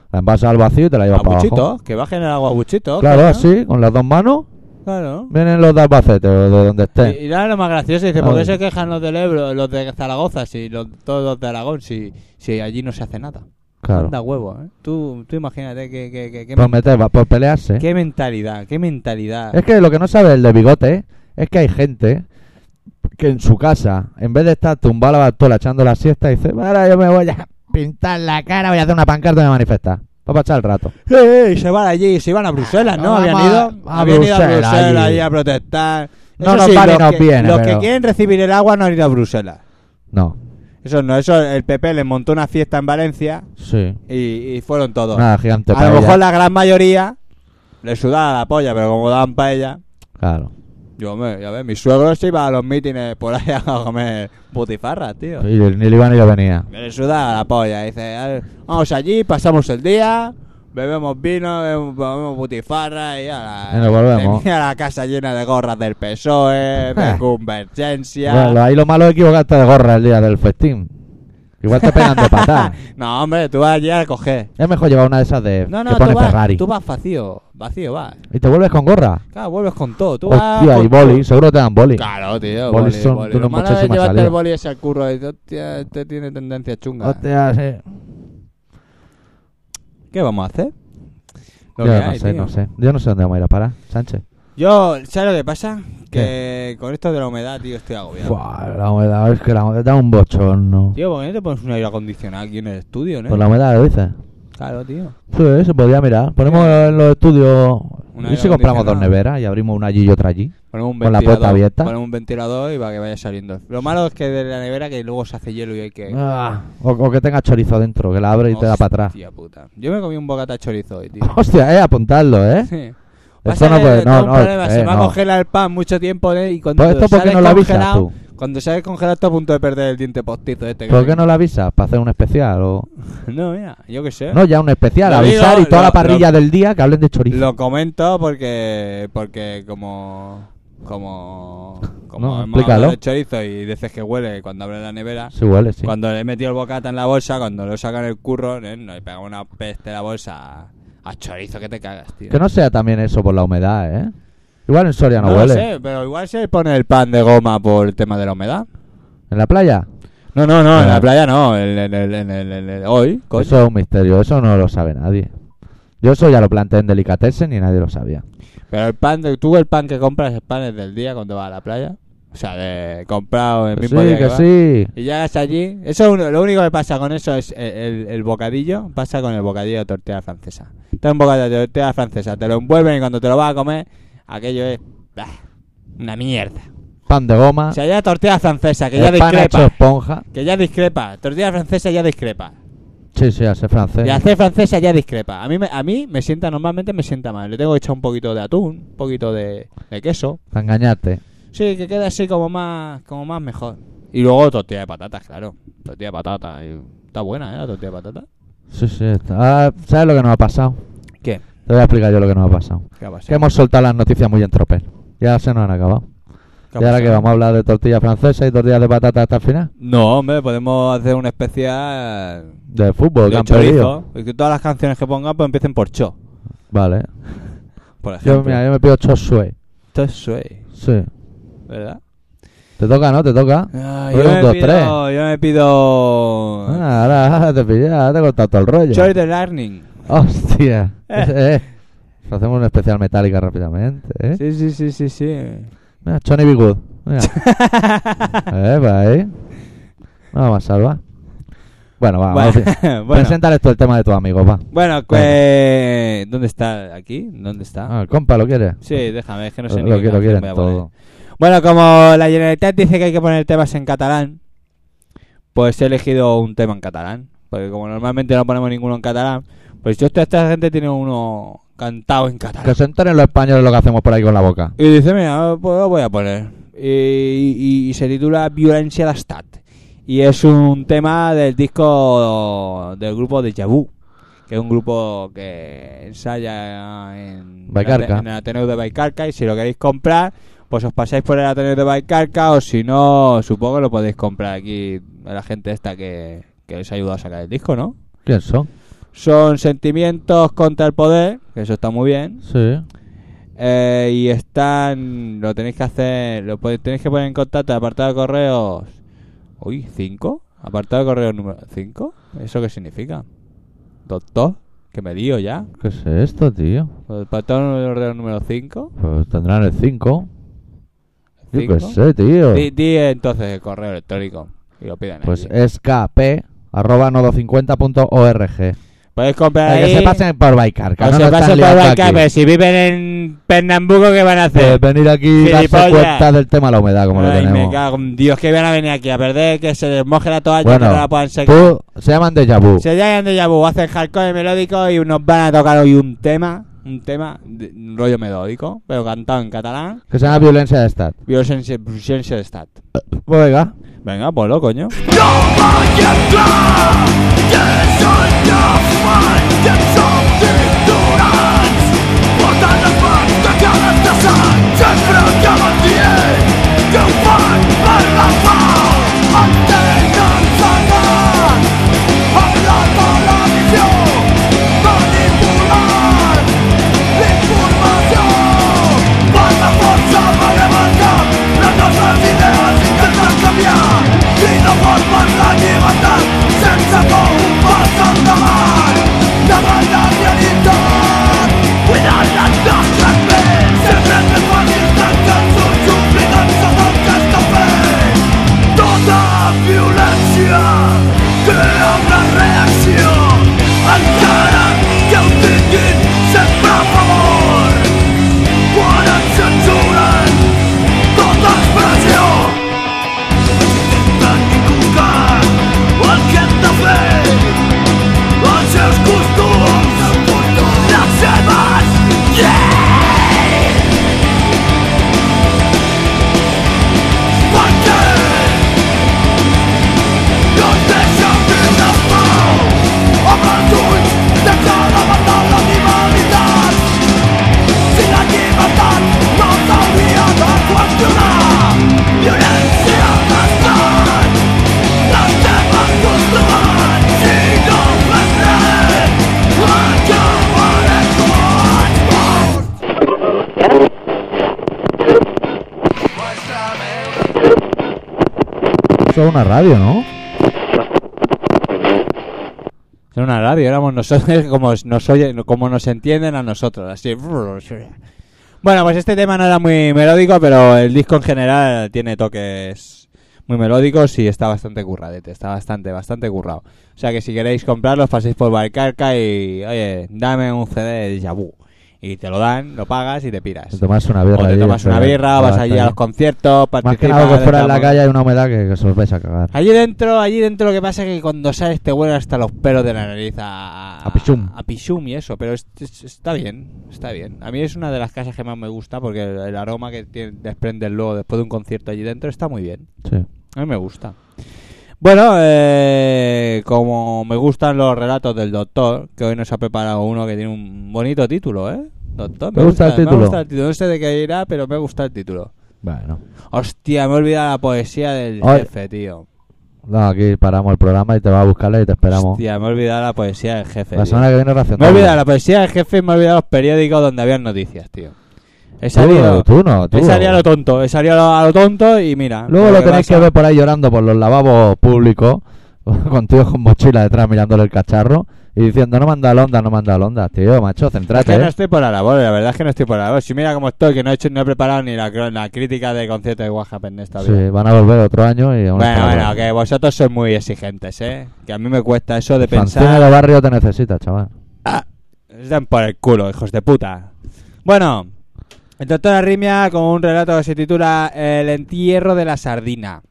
A: La envasas al vacío y te la llevas
B: A
A: para abajo.
B: buchitos, que bajen el agua a buchitos.
A: Claro, así, con las dos manos,
B: Claro.
A: vienen los de Albacete o de donde estén.
B: Y, y nada, lo más gracioso dice,
A: Claro.
B: ¿por qué se quejan los del Ebro, los de Zaragoza, si los, todos los de Aragón, si, si allí no se hace nada?
A: claro. Pues
B: Anda huevo, ¿eh? Tú, tú imagínate qué, qué, qué, qué,
A: Por, meter, por pelearse.
B: qué mentalidad, qué mentalidad.
A: Es que lo que no sabe el de bigote es que hay gente que en su casa, en vez de estar tumbado a la bartola echando la siesta, dice, ahora yo me voy a pintar la cara, voy a hacer una pancarta y me voy a manifestar. Para pasar el rato.
B: Eh, eh, se van allí, se iban a Bruselas, ¿no?
A: Ah, Vamos
B: Habían
A: a-
B: ido
A: a
B: habían ido a
A: Bruselas,
B: Bruselas
A: allí.
B: allí a protestar.
A: No nos
B: van
A: vale, nos viene,
B: Los
A: pero-
B: que quieren recibir el agua no han ido a Bruselas.
A: No,
B: Eso no, eso el PP les montó una fiesta en Valencia
A: sí.
B: y, y fueron todos.
A: Nada, gigante
B: a
A: paella.
B: lo mejor la gran mayoría les sudaba la polla, pero como daban paella,
A: Claro.
B: yo hombre, ya ves, mi suegro se iba a los mítines por ahí a comer butifarras, tío.
A: Y ni le iba ni le venía.
B: Que le sudaba la polla. Dice, "A ver, vamos allí, pasamos el día, bebemos vino, bebemos, bebemos butifarra y a la,
A: Y nos volvemos.
B: tenía la casa llena de gorras del PSOE, E, de Convergencia.
A: Bueno, lo- ahí lo malo es equivocarte de gorra el día del festín. Igual te pegan de patada.
B: no, hombre, tú vas allí a coger.
A: Es mejor llevar una de esas de
B: No,
A: que
B: no,
A: pone
B: tú vas,
A: Ferrari.
B: tú vas vacío, vacío vas.
A: Y te vuelves con gorra.
B: Claro, vuelves con todo. Tú vas
A: Hostia,
B: con
A: y boli, seguro te dan boli.
B: Claro, tío.
A: Bolis
B: boli,
A: son
B: boli.
A: de
B: Lo
A: unos
B: malo es
A: muchachos más
B: llevarte el
A: salidos.
B: boli ese al curro y dices, hostia, este tiene tendencia chunga.
A: Hostia, sí.
B: ¿Qué vamos a hacer? Lo
A: Yo
B: que
A: no
B: hay,
A: sé,
B: tío.
A: no sé. Yo no sé dónde vamos a ir a parar, Sánchez.
B: Yo, ¿sabes lo que pasa? Que con esto de la humedad, tío, estoy agobiado.
A: Buah, la humedad, es que la humedad da un bochorno.
B: Tío, ¿por qué no te pones un aire acondicionado aquí en el estudio, no?
A: Por la humedad, lo dices.
B: Claro, tío.
A: Sí, se podría mirar. Ponemos en los estudios.
B: Un
A: ¿Y
B: aire
A: si compramos dos
B: acondicionado.
A: neveras y abrimos una allí y otra allí?
B: Ponemos un
A: Con la
B: ventilador.
A: puerta abierta.
B: Ponemos un ventilador y para que vaya saliendo. Lo malo es que de la nevera que luego se hace hielo y hay que...
A: Ah, o, o que tenga chorizo dentro, que la abre y te da para atrás.
B: Hostia puta. Yo me comí un bocata de chorizo hoy, tío.
A: Hostia, eh, apuntarlo, eh.
B: Sí.
A: Esto no puede- no,
B: tengo un
A: no,
B: problema,
A: eh,
B: se me va
A: no.
B: a congelar el pan mucho tiempo ¿eh? y cuando
A: Pues esto porque
B: sales
A: no lo avisas
B: congelado-
A: tú.
B: Cuando sales congelado estás a punto de perder el diente postizo este. que
A: ¿Por qué
B: tengo.
A: no la avisas? ¿Para hacer un especial? o
B: No, mira, yo qué sé.
A: No, ya un especial.
B: ¿Eh? Lo
A: avisar
B: digo,
A: y toda
B: lo-
A: la parrilla del día que hablen de chorizo.
B: Lo comento porque porque como como como
A: No,
B: hemos hablado
A: explícalo.
B: de chorizo y dices que huele cuando abre la nevera.
A: Sí, huele, sí.
B: Cuando le he metido el bocata en la bolsa, cuando lo sacan el curro, eh, no le pega una peste a la bolsa a, a chorizo que te cagas, tío.
A: Que no sea también eso por la humedad, eh. Igual en Soria no,
B: No lo
A: huele.
B: sé, pero igual se pone el pan de goma por el tema de la humedad.
A: ¿En la playa?
B: No, no, no, en
A: Ah.
B: la playa no, en el, en el- en el- en el- hoy, coño.
A: Eso es un misterio, eso no lo sabe nadie. Yo eso ya lo planteé en Delicatessen y nadie lo sabía.
B: Pero el pan, de- tú el pan que compras es panes del día cuando vas a la playa. O sea, de comprado el
A: Que Pues sí,
B: mismo día que
A: que
B: vas.
A: sí.
B: Y llegas allí. Eso es uno- lo único que pasa con eso es eh, el, el bocadillo. Pasa con el bocadillo de tortilla francesa. Te dan un bocadillo de tortilla francesa, te lo envuelven y cuando te lo vas a comer, aquello es. bah, una mierda.
A: Pan de goma,
B: O sea, ya tortilla francesa, que ya
A: Ah. el pan hecho
B: discrepa.
A: esponja.
B: Que ya discrepa. Tortilla francesa ya discrepa.
A: Sí, sí, hace francés.
B: Y hacer francesa ya discrepa. A mí, me, a mí me sienta, normalmente me sienta mal. Le tengo que echar un poquito de atún, un poquito de, de queso.
A: Para engañarte.
B: Sí, que queda así como más, como más mejor. Y luego tortilla de patatas, claro. Tortilla de patatas. y- Está buena, ¿eh? La tortilla de patatas.
A: Sí, sí. está- ah, ¿Sabes lo que nos ha pasado?
B: ¿Qué?
A: Te voy a explicar yo lo que nos ha pasado.
B: ¿Qué ha pasado?
A: Que hemos soltado las noticias muy en tropel. Ya se nos han acabado.
B: ¿Qué ha
A: Y ahora que
B: pasado?
A: vamos a hablar de tortilla francesa y tortillas de patata hasta el final.
B: No, hombre, podemos hacer una especial
A: De fútbol, Pues que
B: de
A: han perdido.
B: chorizo. Y que todas las canciones que pongan pues empiecen por Cho,
A: Vale.
B: por
A: Yo,
B: ejemplo.
A: mira, yo me pido chosue.
B: Esto es suey,
A: Sí.
B: ¿verdad?
A: Te toca, ¿no? Te toca.
B: Ah,
A: Uno,
B: yo, me
A: Pues dos, tres.
B: pido, yo me pido...
A: Ah, ahora, ahora te pillé, ahora te he cortado todo el rollo.
B: Joy the Learning.
A: Hostia.
B: Eh.
A: Ese, eh. Hacemos un especial metálica rápidamente. ¿eh?
B: Sí, sí, sí, sí, sí.
A: Mira, Johnny B. Good. Mira. eh, va ahí. Vamos a salvar. Bueno, va, vamos.
B: bueno, bueno.
A: Preséntales tú el tema de tus amigos, va.
B: Bueno, que- ¿dónde está? ¿Aquí? ¿Dónde está?
A: Ah, el compa, ¿lo quieres?
B: Sí, déjame, es que no sé
A: lo,
B: ni
A: lo
B: qué
A: que- lo
B: canción
A: quieren
B: voy a poner.
A: todo.
B: Bueno, como la Generalitat dice que hay que poner temas en catalán, pues he elegido un tema en catalán. Porque como normalmente no ponemos ninguno en catalán, pues yo esta, esta gente tiene uno cantado en
A: Que
B: catalán.
A: se enteren los españoles lo que hacemos por ahí con la boca.
B: Y dice, mira, pues lo voy a poner. eh, y, y se titula Violencia d'Estat. Y es un tema del disco del grupo de Vu, que es un grupo que ensaya en,
C: Baicarca.
B: en el Ateneo de Baicarca. Y si lo queréis comprar, pues os pasáis por el Ateneo de Baicarca o si no, supongo que lo podéis comprar aquí a la gente esta que, que os ha ayudado a sacar el disco, ¿no?
C: ¿Quién son?
B: Son Sentimientos contra el Poder, que eso está muy bien.
C: Sí.
B: Eh, y están. Lo tenéis que hacer. Lo po- tenéis que poner en contacto. Apartado de correos. Uy, ¿cinco? Apartado de correos número. ¿Cinco? ¿Eso qué significa? Doctor, que me lío ya.
C: ¿Qué es esto, tío?
B: Apartado de correos número 5.
C: Pues tendrán el 5. Yo
B: ¿Cinco?
C: qué sé, tío.
B: Di, di entonces el correo electrónico. Y lo piden
C: Pues
B: allí.
C: es kp arroba nodo50.org.
B: Podéis comprar
C: Para
B: ahí.
C: eh, que se pasen por Baicarca.
B: o
C: no
B: se
C: nos
B: pasen
C: están
B: por
C: liando
B: Valcarce,
C: aquí.
B: pero Si viven en Pernambuco, ¿qué van a
C: Pues
B: hacer?
C: venir aquí y darse
B: Gilipollas.
C: cuenta del tema de la humedad como lo
B: Ay, me
C: tenemos.
B: cago en Dios, que van a venir aquí a perder, que se les moje la toalla, que no la puedan
C: Bueno,
B: secar.
C: tú se llaman Deja Vu.
B: Se llaman de Yabu, hacen hardcore y melódico y nos van a tocar hoy un tema, un tema, de- un rollo melódico, pero cantado en catalán,
C: Que se llama Violencia de Estado.
B: Violencia Violencia de Stat.
C: Pues venga.
B: Venga, ponlo, coño.
C: Tota tota Eso es una radio, ¿no?
B: En una radio, éramos nosotros como nos oyen, como nos entienden a nosotros, así. Bueno, pues este tema no era muy melódico, pero el disco en general tiene toques muy melódicos y está bastante curradete, está bastante, bastante currado. O sea que si queréis comprarlos, paséis por Barcarca y, oye, dame un CD de Yabu. Y te lo dan, lo pagas y te piras.
C: Te tomas una
B: O
C: birra.
B: te
C: allí,
B: tomas una
C: pero-
B: birra, vas allí a los conciertos,
C: Más que
B: participas.
C: nada que fuera en la
B: estamos-
C: calle hay una humedad que, que se os vais a cagar.
B: Allí dentro, allí dentro lo que pasa es que cuando sales te huelen hasta los pelos de la nariz a...
C: A pichum.
B: A pichum y eso, pero es- es- está bien, está bien. A mí es una de las casas que más me gusta porque el, el aroma que tiene, desprende luego después de un concierto allí dentro está muy bien.
C: Sí.
B: A mí me gusta. Bueno, eh, como me gustan los relatos del doctor, que hoy nos ha preparado uno que tiene un bonito título, ¿eh? Doctor,
C: Me gusta el título.
B: Me gusta el título. No sé de qué irá, pero me gusta el título.
C: Bueno.
B: Hostia, me he olvidado la poesía del
C: Ay.
B: jefe, tío.
C: No, aquí paramos el programa y te vas a buscarla y te esperamos.
B: Hostia, me he olvidado la poesía del jefe.
C: la
B: tío.
C: semana que viene racional.
B: Me he olvidado la poesía del jefe y me he olvidado los periódicos donde había noticias, tío. He salido,
C: Tú, tú no, tú.
B: he salido a lo tonto, he salido a lo, a lo tonto y mira.
C: Luego lo tenéis que
B: Ah, pasa.
C: ver por ahí llorando por los lavabos públicos, con tíos con mochila detrás mirándole el cacharro y diciendo, no manda al onda, no manda al onda, tío, macho,
B: Es
C: centrate.
B: que no estoy por la labor, la verdad es que no estoy por la labor. Si mira cómo estoy, que no he hecho, no he preparado ni la, cro- la crítica de concierto de WhatsApp en esta vida.
C: Sí, van a volver otro año y aún
B: Bueno,
C: estamos
B: bueno,
C: por-
B: que vosotros sois muy exigentes, ¿eh? Que a mí me cuesta eso de
C: Francina
B: pensar.
C: de barrio te necesita, chaval.
B: Ah, Os dan por el culo, hijos de puta. Bueno, el doctor Arrimia con un relato que se titula El entierro de la sardina.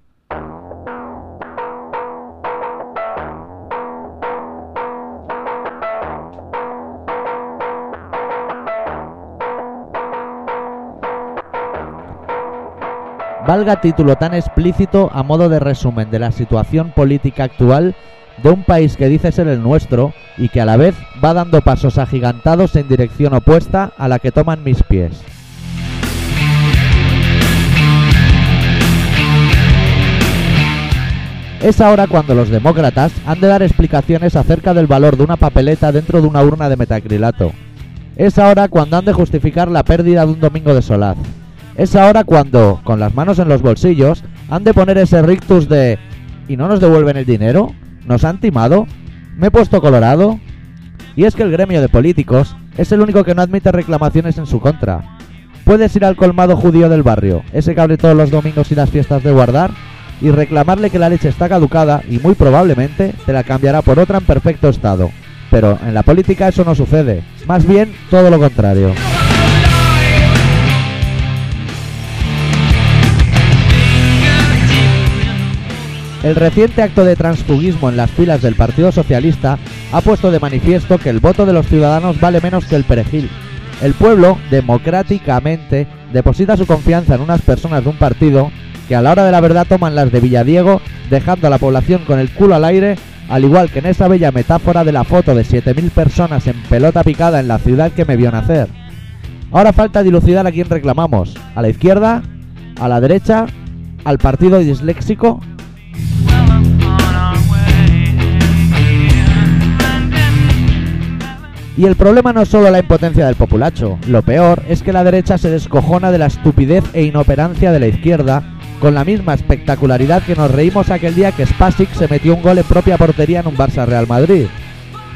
A: valga título tan explícito a modo de resumen de la situación política actual de un país que dice ser el nuestro y que a la vez va dando pasos agigantados en dirección opuesta a la que toman mis pies. Es ahora cuando los demócratas han de dar explicaciones acerca del valor de una papeleta dentro de una urna de metacrilato. Es ahora cuando han de justificar la pérdida de un domingo de solaz. Es ahora cuando, con las manos en los bolsillos, han de poner ese rictus de ¿y no nos devuelven el dinero? ¿Nos han timado? ¿Me he puesto colorado? Y es que el gremio de políticos es el único que no admite reclamaciones en su contra. Puedes ir al colmado judío del barrio, ese que abre todos los domingos y las fiestas de guardar, y reclamarle que la leche está caducada y muy probablemente te la cambiará por otra en perfecto estado. Pero en la política eso no sucede, más bien todo lo contrario. El reciente acto de transfugismo en las filas del Partido Socialista ha puesto de manifiesto que el voto de los ciudadanos vale menos que el perejil. El pueblo, democráticamente, deposita su confianza en unas personas de un partido que a la hora de la verdad toman las de Villadiego, dejando a la población con el culo al aire, al igual que en esa bella metáfora de la foto de 7.000 personas en pelota picada en la ciudad que me vio nacer. Ahora falta dilucidar a quién reclamamos, a la izquierda, a la derecha, al partido disléxico
D: Well, I'm on our way and then
A: Y el problema no es solo la impotencia del populacho, lo peor es que la derecha se descojona de la estupidez e inoperancia de la izquierda, con la misma espectacularidad que nos reímos aquel día que Spasic se metió un gol en propia portería en un Barça Real Madrid.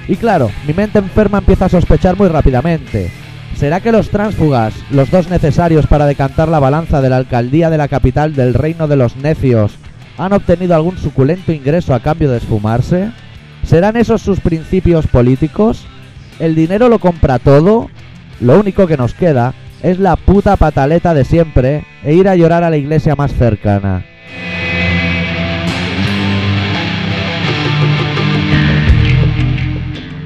A: Y claro, mi mente enferma empieza a sospechar muy rápidamente. ¿Será que los tránsfugas, los dos necesarios para decantar la balanza de la alcaldía de la capital del reino de los necios, han obtenido algún suculento ingreso a cambio de esfumarse? ¿Serán esos sus principios políticos? ¿El dinero lo compra todo? Lo único que nos queda es la puta pataleta de siempre e ir a llorar a la iglesia más cercana.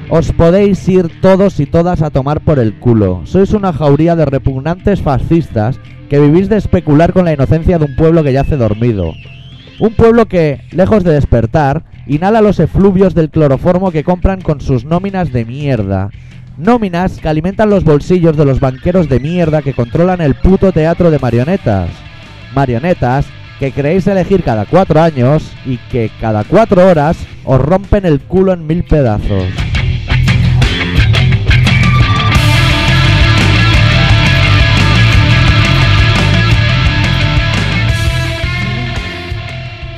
A: Os podéis ir todos y todas a tomar por el culo. Sois una jauría de repugnantes fascistas que vivís de especular con la inocencia de un pueblo que yace dormido. Un pueblo que, lejos de despertar, inhala los efluvios del cloroformo que compran con sus nóminas de mierda. Nóminas que alimentan los bolsillos de los banqueros de mierda que controlan el puto teatro de marionetas. Marionetas que creéis elegir cada cuatro años y que cada cuatro horas os rompen el culo en mil pedazos.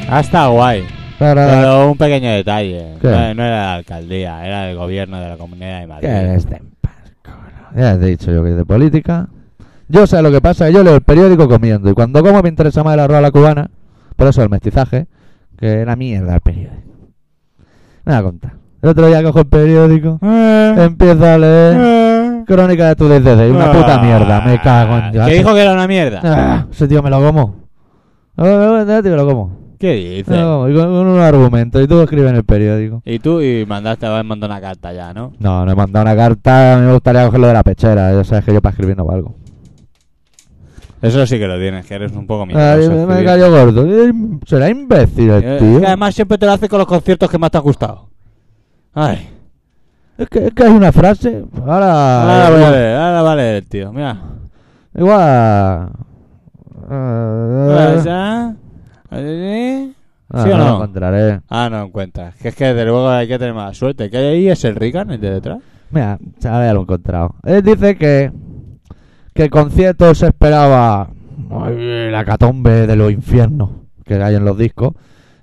B: Ha estado Ah, guay. Pero un pequeño detalle.
A: Ah. ¿Qué?
B: No, no era la alcaldía, era del gobierno de la comunidad de Madrid.
A: Que eres de paz, cabrón. Ya te he dicho yo que es de política. Yo sé lo que pasa, yo leo el periódico comiendo. Y cuando como me interesa más el arroz a la cubana, por eso el mestizaje, que era mierda el periódico. Me da cuenta. El otro día cojo el periódico,
B: Eh,
A: empiezo a leer Crónica de tu desdén. Eh, Una puta mierda, me cago en Dios.
B: Ah, ¿Qué dijo Ah, que era una mierda?
A: Ah, ese tío me lo como. Ah, ah, ah, tío, me lo como.
B: ¿Qué
A: Me
B: dices?
A: lo como. Y con, con un argumento. Y tú escribes en el periódico.
B: Y tú y mandaste, vas mandando una carta ya, ¿no?
A: No, no he mandado una carta. A mí me gustaría cogerlo de la pechera. Ya sabes que yo para escribir no valgo.
B: Eso sí que lo tienes, que eres un poco
A: Ay,
B: mierda.
A: Ah, me, me cayó gordo. Eh, Será imbécil el Eh, tío.
B: Eh, además siempre te lo hace con los conciertos que más te han gustado. Ay.
A: Es que, es que hay una frase. Ahora.
B: Ahora
A: igual-
B: vale, ahora vale el tío, mira.
A: Igual. Eh,
B: Allá, allí.
A: ah,
B: ¿sí o
A: no
B: no?
A: lo encontraré.
B: Ah, no encuentras. Que es que desde luego hay que tener más suerte. ¿Qué hay ahí? ¿Es el Rican, el de detrás?
A: Mira, ahora ya lo he encontrado. Él dice que. Que el concierto se esperaba. ay, La catombe de los infiernos que hay en los discos.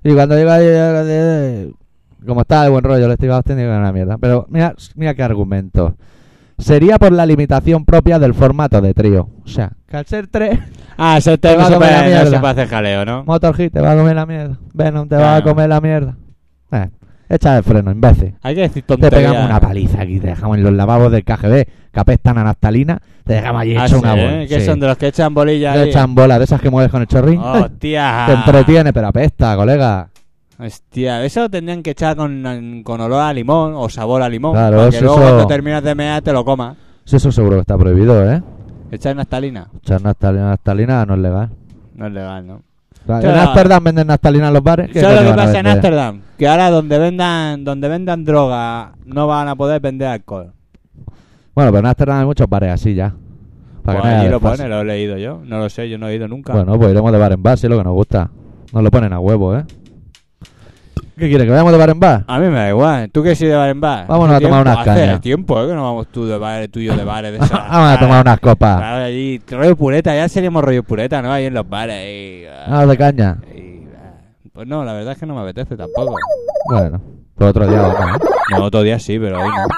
A: Y cuando llega. eh, Como estaba de buen rollo, le estoy Austin, digo que era una mierda. Pero mira, mira qué argumento. Sería por la limitación propia del formato de trío. O sea, que al ser tres,
B: Ah, ese tema
A: va a
B: se
A: comer la
B: puede- no se
A: mierda.
B: puede hacer jaleo, ¿no?
A: Motorhead te va a comer la mierda. Venom te va a
B: Claro.
A: comer la mierda. Eh, echa el freno, imbécil.
B: Hay que decir
A: Te
B: tonterías.
A: pegamos una paliza aquí, te dejamos en los lavabos del KGB, que apestan a naftalina, te dejamos allí
B: Ah,
A: hecho
B: sí,
A: una bola.
B: ¿eh? Que
A: sí.
B: son de los que echan bolillas
A: Te
B: ahí.
A: echan bolas de esas que mueves con el chorrín.
B: Hostia.
A: Te entretiene, pero apesta, colega.
B: Hostia, eso lo tendrían que echar con, con olor a limón o sabor a limón.
A: Claro,
B: para que
A: eso-
B: luego
A: eso-
B: cuando terminas de mear te lo comas.
A: Sí, Eso seguro que está prohibido, ¿eh?
B: Echar naftalina.
A: Echar naftalina, naftalina no es legal.
B: No es legal, ¿no?
A: O sea, en
B: Claro.
A: Ámsterdam venden naftalina en los bares. ¿qué
B: ¿Sabes
A: coño
B: lo que
A: van a
B: pasa en
A: vender?
B: Ámsterdam? Que ahora donde vendan, donde vendan droga no van a poder vender alcohol.
A: Bueno, pero en Ámsterdam hay muchos bares así ya. Para que
B: Pues
A: no haya
B: allí lo
A: desfase.
B: pone, lo he leído yo. No lo sé, yo no he ido nunca.
A: Bueno, pues iremos de bar en bar, si es lo que nos gusta. Nos lo ponen a huevo, ¿eh? ¿Qué quieres? ¿Que vayamos de bar en bar?
B: A mí me da igual. ¿Tú qué sí de bar en bar?
A: Vámonos
B: Hace
A: a tomar
B: tiempo-
A: unas cañas.
B: Hace tiempo ¿eh? que no vamos tú de bares, tuyo de bares. De esas
A: Vamos a tomar unas copas.
B: Claro, allí, rollo pureta, ya seríamos rollo pureta, ¿no? Ahí en los bares. y-
A: Vamos de caña.
B: y- pues no, la verdad es que no me apetece tampoco.
A: Bueno, pues otro día vamos, ¿eh?
B: No, otro día sí, pero hoy no.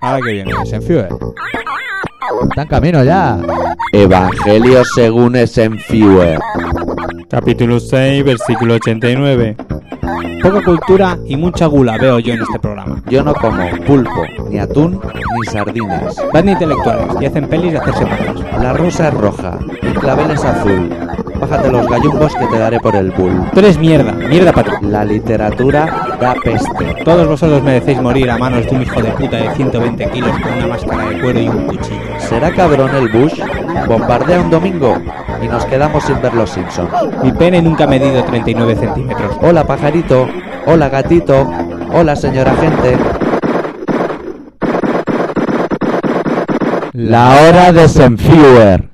B: Ahora que viene, Senfue.
A: Está en camino ya.
E: Evangelio según Esenfiewer.
F: Capítulo 6, versículo 89.
B: Poca cultura y mucha gula veo yo en este programa.
E: Yo no como pulpo, ni atún, ni sardinas.
B: Van de intelectuales y hacen pelis de hacerse pajas.
E: La rosa es roja, el clavel es azul. Bájate los gallumbos que te daré por el bull.
B: Tú eres mierda, mierda para ti.
E: La literatura da peste.
B: Todos vosotros merecéis morir a manos de un hijo de puta de 120 kilos con una máscara de cuero y un cuchillo.
E: ¿Será cabrón el Bush? Bombardea un domingo y nos quedamos sin ver los Simpsons.
B: Mi pene nunca ha medido 39 centímetros.
E: Hola pajarito, hola gatito, hola señora gente.
A: La hora de Senfiewer.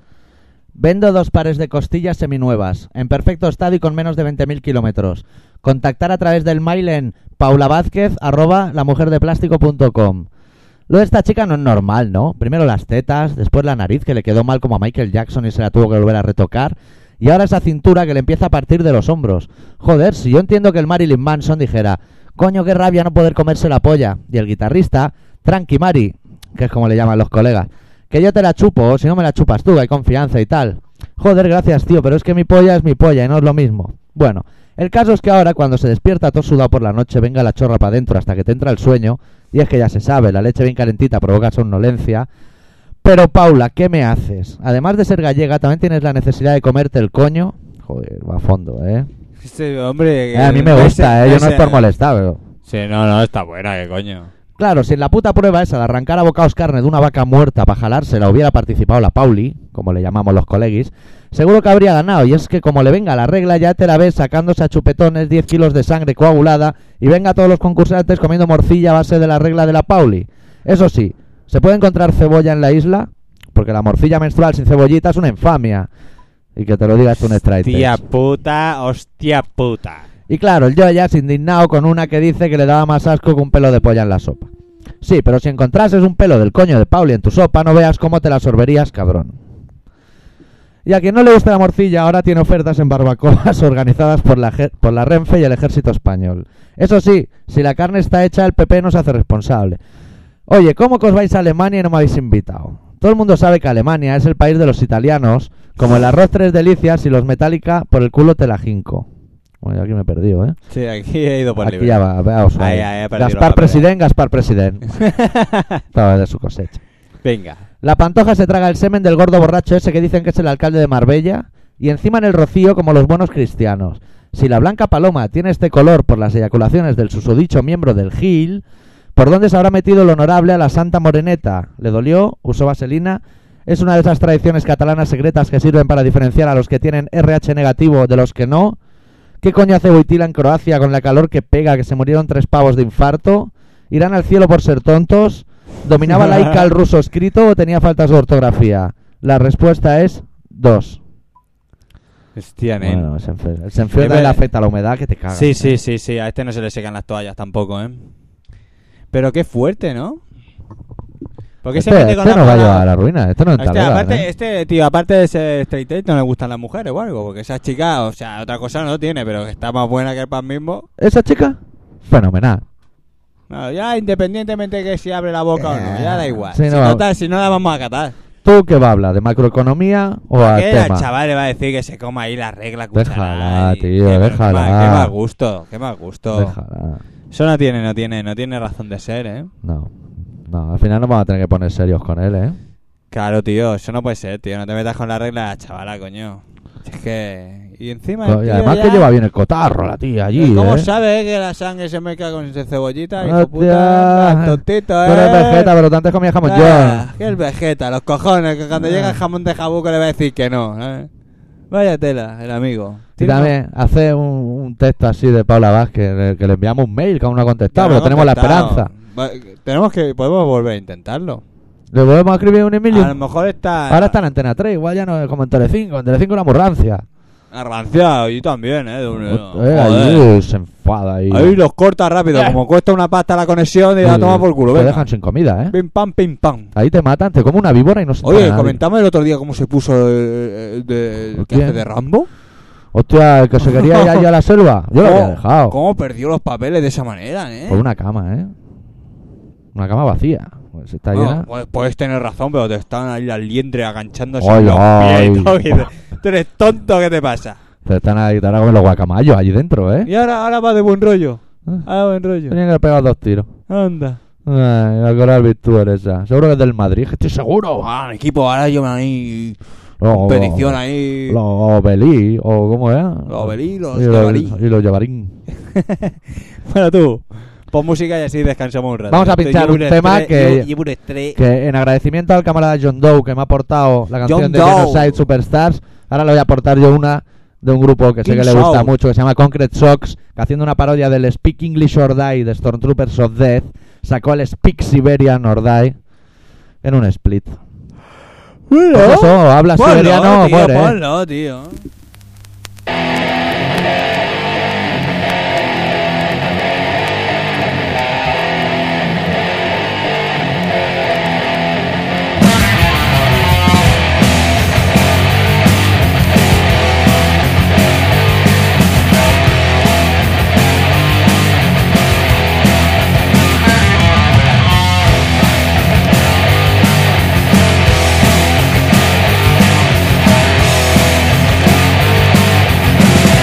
A: Vendo dos pares de costillas seminuevas, en perfecto estado y con menos de 20.000 kilómetros. Contactar a través del mail en paulavázquez.com. Lo de esta chica no es normal, ¿no? Primero las tetas, después la nariz que le quedó mal como a Michael Jackson y se la tuvo que volver a retocar, y ahora esa cintura que le empieza a partir de los hombros. Joder, si yo entiendo que el Marilyn Manson dijera, coño, qué rabia no poder comerse la polla, y el guitarrista, Tranqui Mari, que es como le llaman los colegas, que yo te la chupo, o si no me la chupas tú, que hay confianza y tal. Joder, gracias, tío, pero es que mi polla es mi polla y no es lo mismo. Bueno, el caso es que ahora, cuando se despierta todo sudado por la noche, venga la chorra para adentro hasta que te entra el sueño, y es que ya se sabe, la leche bien calentita provoca somnolencia. Pero Paula, ¿qué me haces? Además de ser gallega, también tienes la necesidad de comerte el coño. Joder, va a fondo, ¿eh?
B: Este hombre...
A: Eh, a mí me gusta, ¿eh? Yo no es por molestar, pero...
B: Sí, no, no, está buena, que coño.
A: Claro, si en la puta prueba esa de arrancar a bocaos carne de una vaca muerta para jalársela hubiera participado la Pauli, como le llamamos los coleguis, seguro que habría ganado. Y es que como le venga la regla, ya te la ves sacándose a chupetones 10 kilos de sangre coagulada y venga a todos los concursantes comiendo morcilla a base de la regla de la Pauli. Eso sí, ¿se puede encontrar cebolla en la isla? Porque la morcilla menstrual sin cebollita es una infamia. Y que te lo digas tú un strike. eh.
B: Tía
A: test.
B: puta, hostia puta.
A: Y claro, el Joyas indignado con una que dice que le daba más asco que un pelo de polla en la sopa. Sí, pero si encontrases un pelo del coño de Pauli en tu sopa, no veas cómo te la sorberías, cabrón. Y a quien no le gusta la morcilla, ahora tiene ofertas en barbacoas organizadas por la, je- por la Renfe y el Ejército Español. Eso sí, si la carne está hecha, el PP no se hace responsable. Oye, ¿cómo que os vais a Alemania y no me habéis invitado? Todo el mundo sabe que Alemania es el país de los italianos, como el arroz tres delicias y los metálica por el culo te la jinco. Bueno, yo aquí me he perdido, ¿eh?
B: Sí, aquí he ido por
A: Aquí
B: Pues libre.
A: ya va, veamos.
B: Ahí, ahí, he perdido la
A: Gaspar
B: papelera.
A: President, Gaspar President. Estaba de su cosecha.
B: Venga.
A: La pantoja se traga el semen del gordo borracho ese que dicen que es el alcalde de Marbella y encima en el rocío como los buenos cristianos. Si la blanca paloma tiene este color por las eyaculaciones del susodicho miembro del Gil, ¿por dónde se habrá metido el honorable a la Santa Moreneta? ¿Le dolió? ¿Usó vaselina? Es una de esas tradiciones catalanas secretas que sirven para diferenciar a los que tienen RH negativo de los que no. ¿Qué coño hace Boitila en Croacia con la calor que pega, que se murieron tres pavos de infarto? ¿Irán al cielo por ser tontos? ¿Dominaba laica el ruso escrito o tenía faltas de ortografía? La respuesta es dos.
B: Hostia, nen.
A: Bueno, se enfer- se enferma
B: Eh,
A: y le
B: ve-
A: afecta la humedad que te cagas.
B: Sí, sí, sí, sí. A este no se le secan las toallas tampoco, ¿eh? Pero qué fuerte, ¿no? Porque
A: este,
B: se mete con
A: este
B: la
A: no va
B: palabra?
A: a llevar a la ruina, esto no es
B: Hostia, aparte,
A: ¿eh?
B: este tío, aparte de ser straight edge, no le gustan las mujeres o algo, porque esa chica, o sea, otra cosa no tiene, pero que está más buena que el pan mismo.
A: ¿Esa chica? Fenomenal.
B: No, ya independientemente que si abre la boca o no, ya da igual.
A: Eh, Sí,
B: si,
A: no va-
B: total, si no la vamos a catar.
A: ¿Tú qué va a hablar? ¿De macroeconomía o al
B: ¿Qué el
A: tema?
B: chaval le va a decir que se coma ahí la regla
A: Déjala,
B: cucharada? y-
A: tío,
B: qué mal-
A: déjala.
B: Qué mal gusto, qué mal gusto.
A: Déjala.
B: Eso no tiene, no tiene, no tiene razón de ser, ¿eh?
A: ah, No. No, al final nos vamos a tener que poner serios con él, ¿eh?
B: Claro, tío, eso no puede ser, tío. No te metas con la regla, chavala, coño. Si Es que. Y encima. el
A: y
B: tío
A: además
B: ya-
A: que lleva bien el cotarro la tía allí,
B: ¿Cómo
A: ¿eh?
B: sabe eh, que la sangre se mezcla con ce- cebollita?
A: Hostia.
B: Hijo puta, anda, tontito, eh.
A: Tú eres vegeta, pero tú antes comías jamón
B: Ah,
A: york.
B: que el vegeta, los cojones, que cuando
A: Ah.
B: llega el jamón de jabuco le va a decir que no, ¿eh? Vaya tela, el amigo.
A: Y también hace un, un texto así de Paula Vázquez, le- que le enviamos un mail que aún no ha contestado,
B: Claro,
A: pero tenemos la
B: contestado.
A: esperanza.
B: Va- Tenemos que, podemos volver a intentarlo.
A: Le volvemos a escribir un Emilio.
B: A lo mejor está.
A: Ahora está en Antena 3, igual ya no es como en Telecinco. En Telecinco una murrancia.
B: Arranciado, y también, eh. de un-
A: Eh,
B: joder.
A: ahí se enfada ahí.
B: Ahí los corta rápido,
A: Eh.
B: como cuesta una pasta la conexión, y la
A: Eh,
B: toma por culo.
A: Te
B: venga.
A: dejan sin comida, ¿eh?
B: Pim pam, pim pam.
A: Ahí te matan, te come una víbora y no se entera
B: Oye,
A: nadie.
B: comentamos el otro día cómo se puso eh, eh, de,
A: ¿Por
B: que hace
A: quién?
B: de Rambo.
A: Hostia, el que se quería ir allá a la selva. Yo lo había dejado.
B: ¿Cómo perdió los papeles de esa manera, eh?
A: Por una cama, ¿eh? Una cama vacía. Pues está
B: Bueno,
A: llena.
B: pues- puedes tener razón, pero te están ahí las liendres aganchándose
A: Ay,
B: en los
A: ay.
B: pies y todo, y te- Tú eres tonto, ¿qué te pasa?
A: Te están ahí, te van a comer los guacamayos allí dentro, ¿eh?
B: Y ahora, ahora va de buen rollo. Ah, buen rollo.
A: Tenían que pegar dos tiros.
B: Anda.
A: Ay, la coral virtual esa. Seguro que es del Madrid, estoy seguro.
B: Ah, el equipo ahora llevan ahí
A: Los-
B: competición ahí.
A: Los Obelí, o cómo era.
B: Los Obelí, los
A: Y
B: Yabarí.
A: Y los Yabarín.
B: Bueno, tú, pon música y así descansamos un rato.
A: Vamos a
B: Estoy-
A: pinchar
B: llevo
A: un tema
B: estrés-
A: que-
B: llevo- llevo un estrés.
A: Que en agradecimiento al camarada John Doe que me ha aportado la canción
B: John
A: de
B: Doe.
A: Genocide Superstars, ahora le voy a aportar yo una de un grupo que sé
B: King
A: que le gusta
B: Soul.
A: mucho, que se llama Concrete Socks, que haciendo una parodia del Speak English or Die de Stormtroopers of Death, sacó el Speak Siberian or Die en un split. Pues eso, habla
B: Ponlo,
A: siberiano,
B: tío,
A: muere.
B: ponlo, tío.
C: Thank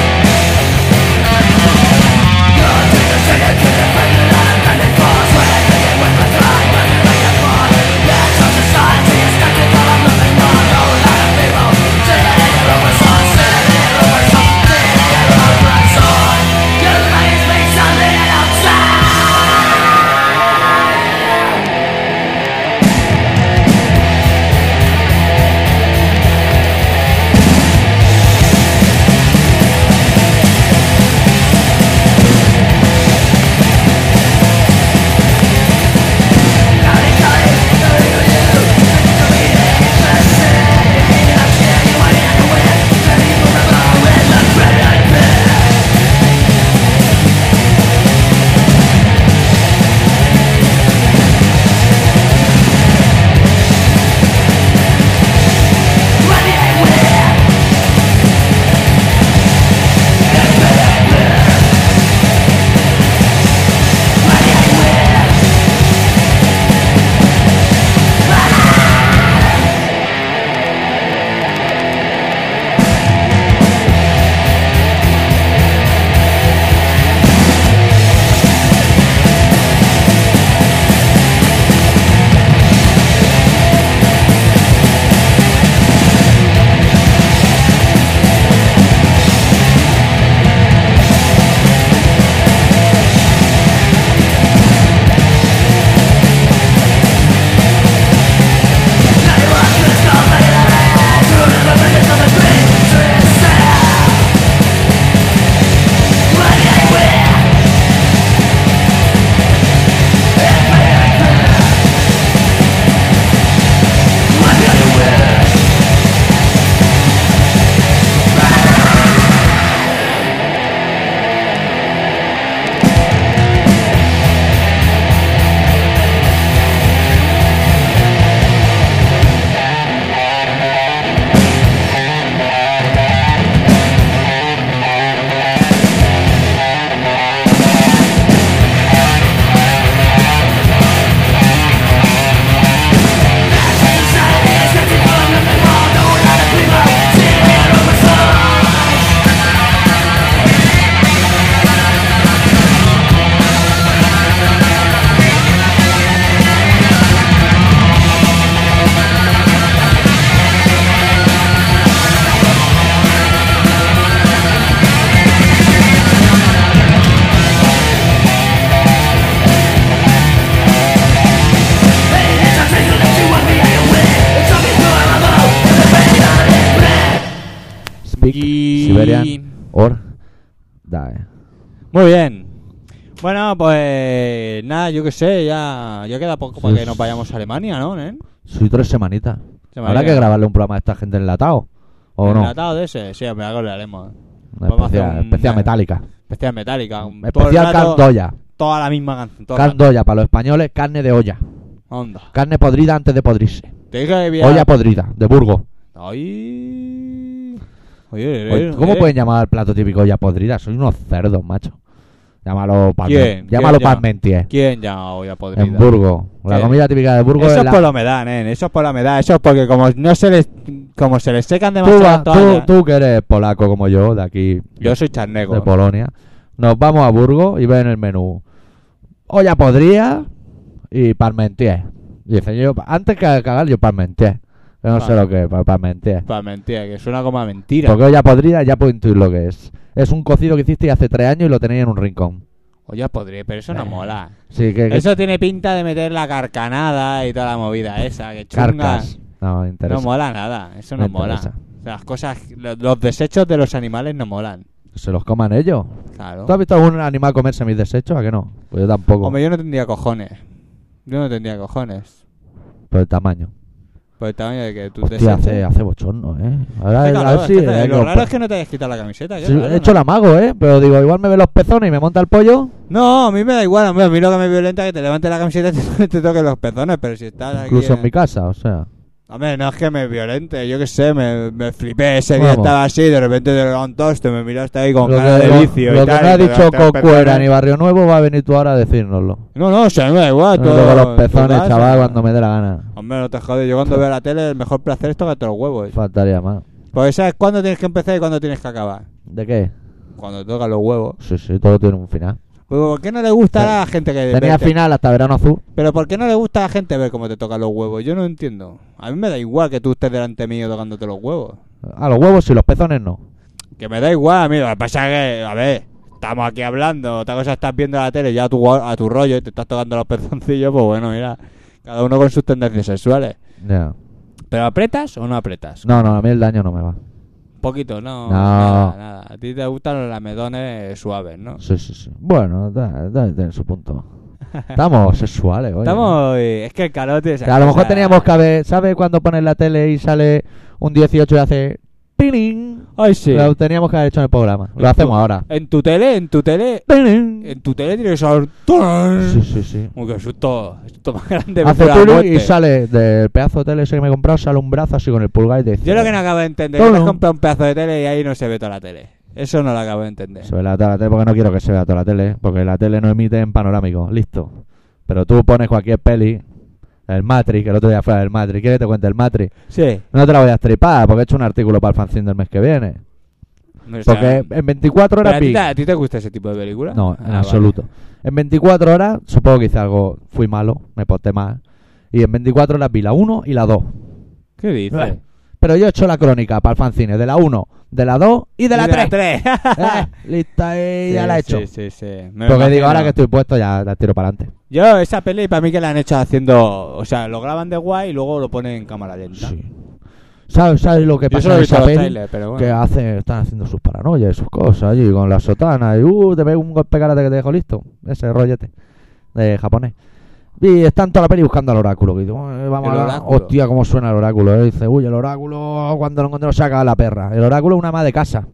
A: deberían. Or. Dae.
B: Muy bien. Bueno, pues nada, yo qué sé, ya, ya queda poco para
A: Sí.
B: que nos vayamos a Alemania, ¿no, nen?
A: Soy tres semanitas.
B: Se me
A: Habrá
B: ha
A: que
B: quedado.
A: grabarle un programa a esta gente enlatado. ¿O
B: ¿El
A: no?
B: tratado de ese? Sí, me algo le haremos.
A: Una
B: Vamos a hacer
A: especial,
B: un-
A: especial metálica.
B: Especial metálica. un- todo el
A: Especial
B: rato,
A: candoya.
B: Toda la misma canción. toda la-
A: Candoya para los españoles, carne de olla.
B: Onda.
A: Carne podrida antes de podrirse.
B: Te dije que había-
A: Olla podrida, de Burgos.
B: Ay. Oye,
A: Oye,
B: eh,
A: ¿Cómo
B: eh.
A: pueden llamar al plato típico olla podrida? Soy unos cerdos, macho. Llámalo
B: ¿Quién?
A: palmentier. Llámalo
B: ¿Quién llama?
A: palmentier.
B: ¿Quién ya hoy a podrida?
A: En Burgos. La
B: ¿Qué?
A: comida típica de Burgos
B: Eso
A: es
B: es
A: la...
B: por la humedad, nen. Eso es por la humedad. Eso es porque como no se les, como se les secan
A: Tú,
B: demasiado
A: va-
B: todas
A: tú,
B: las-
A: tú que eres polaco como yo, de aquí,
B: Yo soy
A: de
B: charneco.
A: Polonia. Nos vamos a Burgos y ven el menú. Olla podrida y palmentier. Y Dice yo, antes que cagar, yo palmentier. Yo no sé
B: Vale.
A: lo que es pa- palmentier.
B: Para mentira, que suena como a mentira.
A: Porque olla podrida ya puedo intuir lo que es. Es un cocido que hiciste hace tres años y lo tenéis en un rincón.
B: Oye, podría, pero eso no
A: Eh,
B: mola.
A: Sí, que, que
B: Eso tiene pinta de meter la carcanada y toda la movida esa, que chunga.
A: carcas. No, me interesa.
B: No mola nada, eso no
A: Me
B: mola.
A: interesa.
B: Las cosas, lo- los desechos de los animales no molan.
A: Se los coman ellos.
B: Claro.
A: ¿Tú has visto algún animal comerse mis desechos? ¿A que no? Pues yo tampoco.
B: Hombre, yo no tendría cojones. Yo no tendría cojones.
A: Por el tamaño.
B: Por el tamaño de que tú te
A: Hostia, hace, hace bochorno, ¿eh? Ahora a ver si- eh, hay
B: Lo raro
A: que-
B: es que no te hayas quitado la camiseta. qué
A: Sí,
B: raro,
A: he hecho
B: ¿no?
A: el amago, ¿eh? Pero digo, igual me ve los pezones y me monta el pollo.
B: No, a mí me da igual, hombre. A mí lo que me violenta es que te levantes la camiseta y te, te toques los pezones, pero si estás aquí
A: incluso en
B: eh,
A: mi casa, o sea.
B: Hombre, no es que me violente, yo qué sé, me, me flipé ese día,
A: Vamos.
B: estaba así, de repente te levantaste, me miraste ahí con
A: lo
B: cara
A: que,
B: de
A: lo-
B: vicio
A: lo
B: y
A: que
B: tal.
A: no ha
B: y te
A: dicho
B: levanté los
A: Cocuera
B: pezones.
A: ni Barrio Nuevo va a venir tú ahora a decírnoslo.
B: No, no, se me da igual.
A: Yo
B: todo-
A: toco los
B: todo
A: pezones,
B: pasa.
A: chaval, cuando me dé la gana.
B: Hombre, no te jodes, yo cuando veo la tele el mejor placer es tocarte los huevos.
A: Faltaría más.
B: Porque sabes cuándo tienes que empezar y cuándo tienes que acabar.
A: ¿De qué?
B: Cuando tocas los huevos.
A: Sí, sí, todo tiene un final.
B: Pues, ¿Por qué no le gusta a la gente que...
A: Tenía
B: verte-
A: final hasta verano azul.
B: Pero ¿por qué no le gusta a la gente ver cómo te tocan los huevos? Yo no entiendo. A mí me da igual que tú estés delante mío tocándote los huevos.
A: A los huevos sí, los pezones no.
B: Que me da igual, amigo. Lo que pasa es que, a ver, estamos aquí hablando. Otra cosa estás viendo la tele ya a tu, a tu rollo y te estás tocando los pezoncillos. Pues bueno, mira, cada uno con sus tendencias sexuales.
A: Ya.
B: ¿Pero apretas o no apretas?
A: No, no, a mí el daño no me va.
B: Poquito, no.
A: No.
B: Nada, nada. A ti te gustan los lamedones suaves, ¿no?
A: Sí, sí, sí. Bueno, da, da- tiene su punto. Estamos sexuales, oye.
B: Estamos. Es que el calote.
A: Que a lo mejor teníamos que haber. ¿Sabes cuando pones la tele y sale un 18 y hace. ¡Piling!
B: Ay, sí.
A: Lo teníamos que haber hecho en el programa. Lo hacemos ahora.
B: En tu tele, en tu tele.
A: ¡Piling!
B: En tu tele tiene que sonar.
A: Sí, sí, sí.
B: Uy, qué susto. Susto más grande.
A: Hace
B: pura
A: piling
B: muerte.
A: y sale del pedazo de tele ese que me he comprado, sale un brazo así con el pulgar y te dice.
B: Yo lo que no acabo de entender
A: Todo.
B: que te has comprado un pedazo de tele y ahí no se ve toda la tele. Eso no lo acabo de entender.
A: Se ve la, toda la tele porque no quiero que se vea toda la tele. ¿eh? Porque la tele no emite en panorámico. Listo. Pero tú pones cualquier peli. El Matrix, que el otro día fue el Matrix. ¿Quieres que te cuente el Matrix?
B: Sí.
A: No te la voy a estripar porque he hecho un artículo para el fanzine del mes que viene.
B: O sea,
A: Porque en 24
B: pero
A: horas
B: a, ti,
A: vi-
B: te- ¿A ti te gusta ese tipo de película?
A: No,
B: Ah,
A: en
B: vale.
A: absoluto. En 24 horas, supongo que hice algo, fui malo, me porté mal. Y en 24 horas vi la 1 y la 2.
B: ¿Qué dices?
A: Eh, Pero yo he hecho la crónica para el fanzine de la 1, de la 2 y de la 3. Eh, lista, eh,
B: Sí,
A: ya la he hecho.
B: Sí, sí, sí. Me
A: Porque
B: imagino.
A: digo, ahora que estoy puesto, ya la tiro para adelante.
B: Yo, esa peli, para mí que la han hecho haciendo. O sea, lo graban de guay y luego lo ponen en cámara lenta.
A: ¿Sabes, sabes lo que
B: Yo
A: pasa
B: solo he
A: en
B: visto
A: esa
B: los
A: peli?
B: trailers, pero bueno.
A: Que hace, están haciendo sus paranoias y sus cosas allí con la sotana y uh, te pego un golpe karate que te dejo listo. Ese rollete de japonés. Y están toda la peli buscando al oráculo. Que dice, "Eh, vamos
B: El
A: a-
B: oráculo.
A: Hostia, cómo suena el oráculo. eh". Dice, uy, el oráculo cuando lo encontré lo saca la perra. El oráculo es una ama de casa.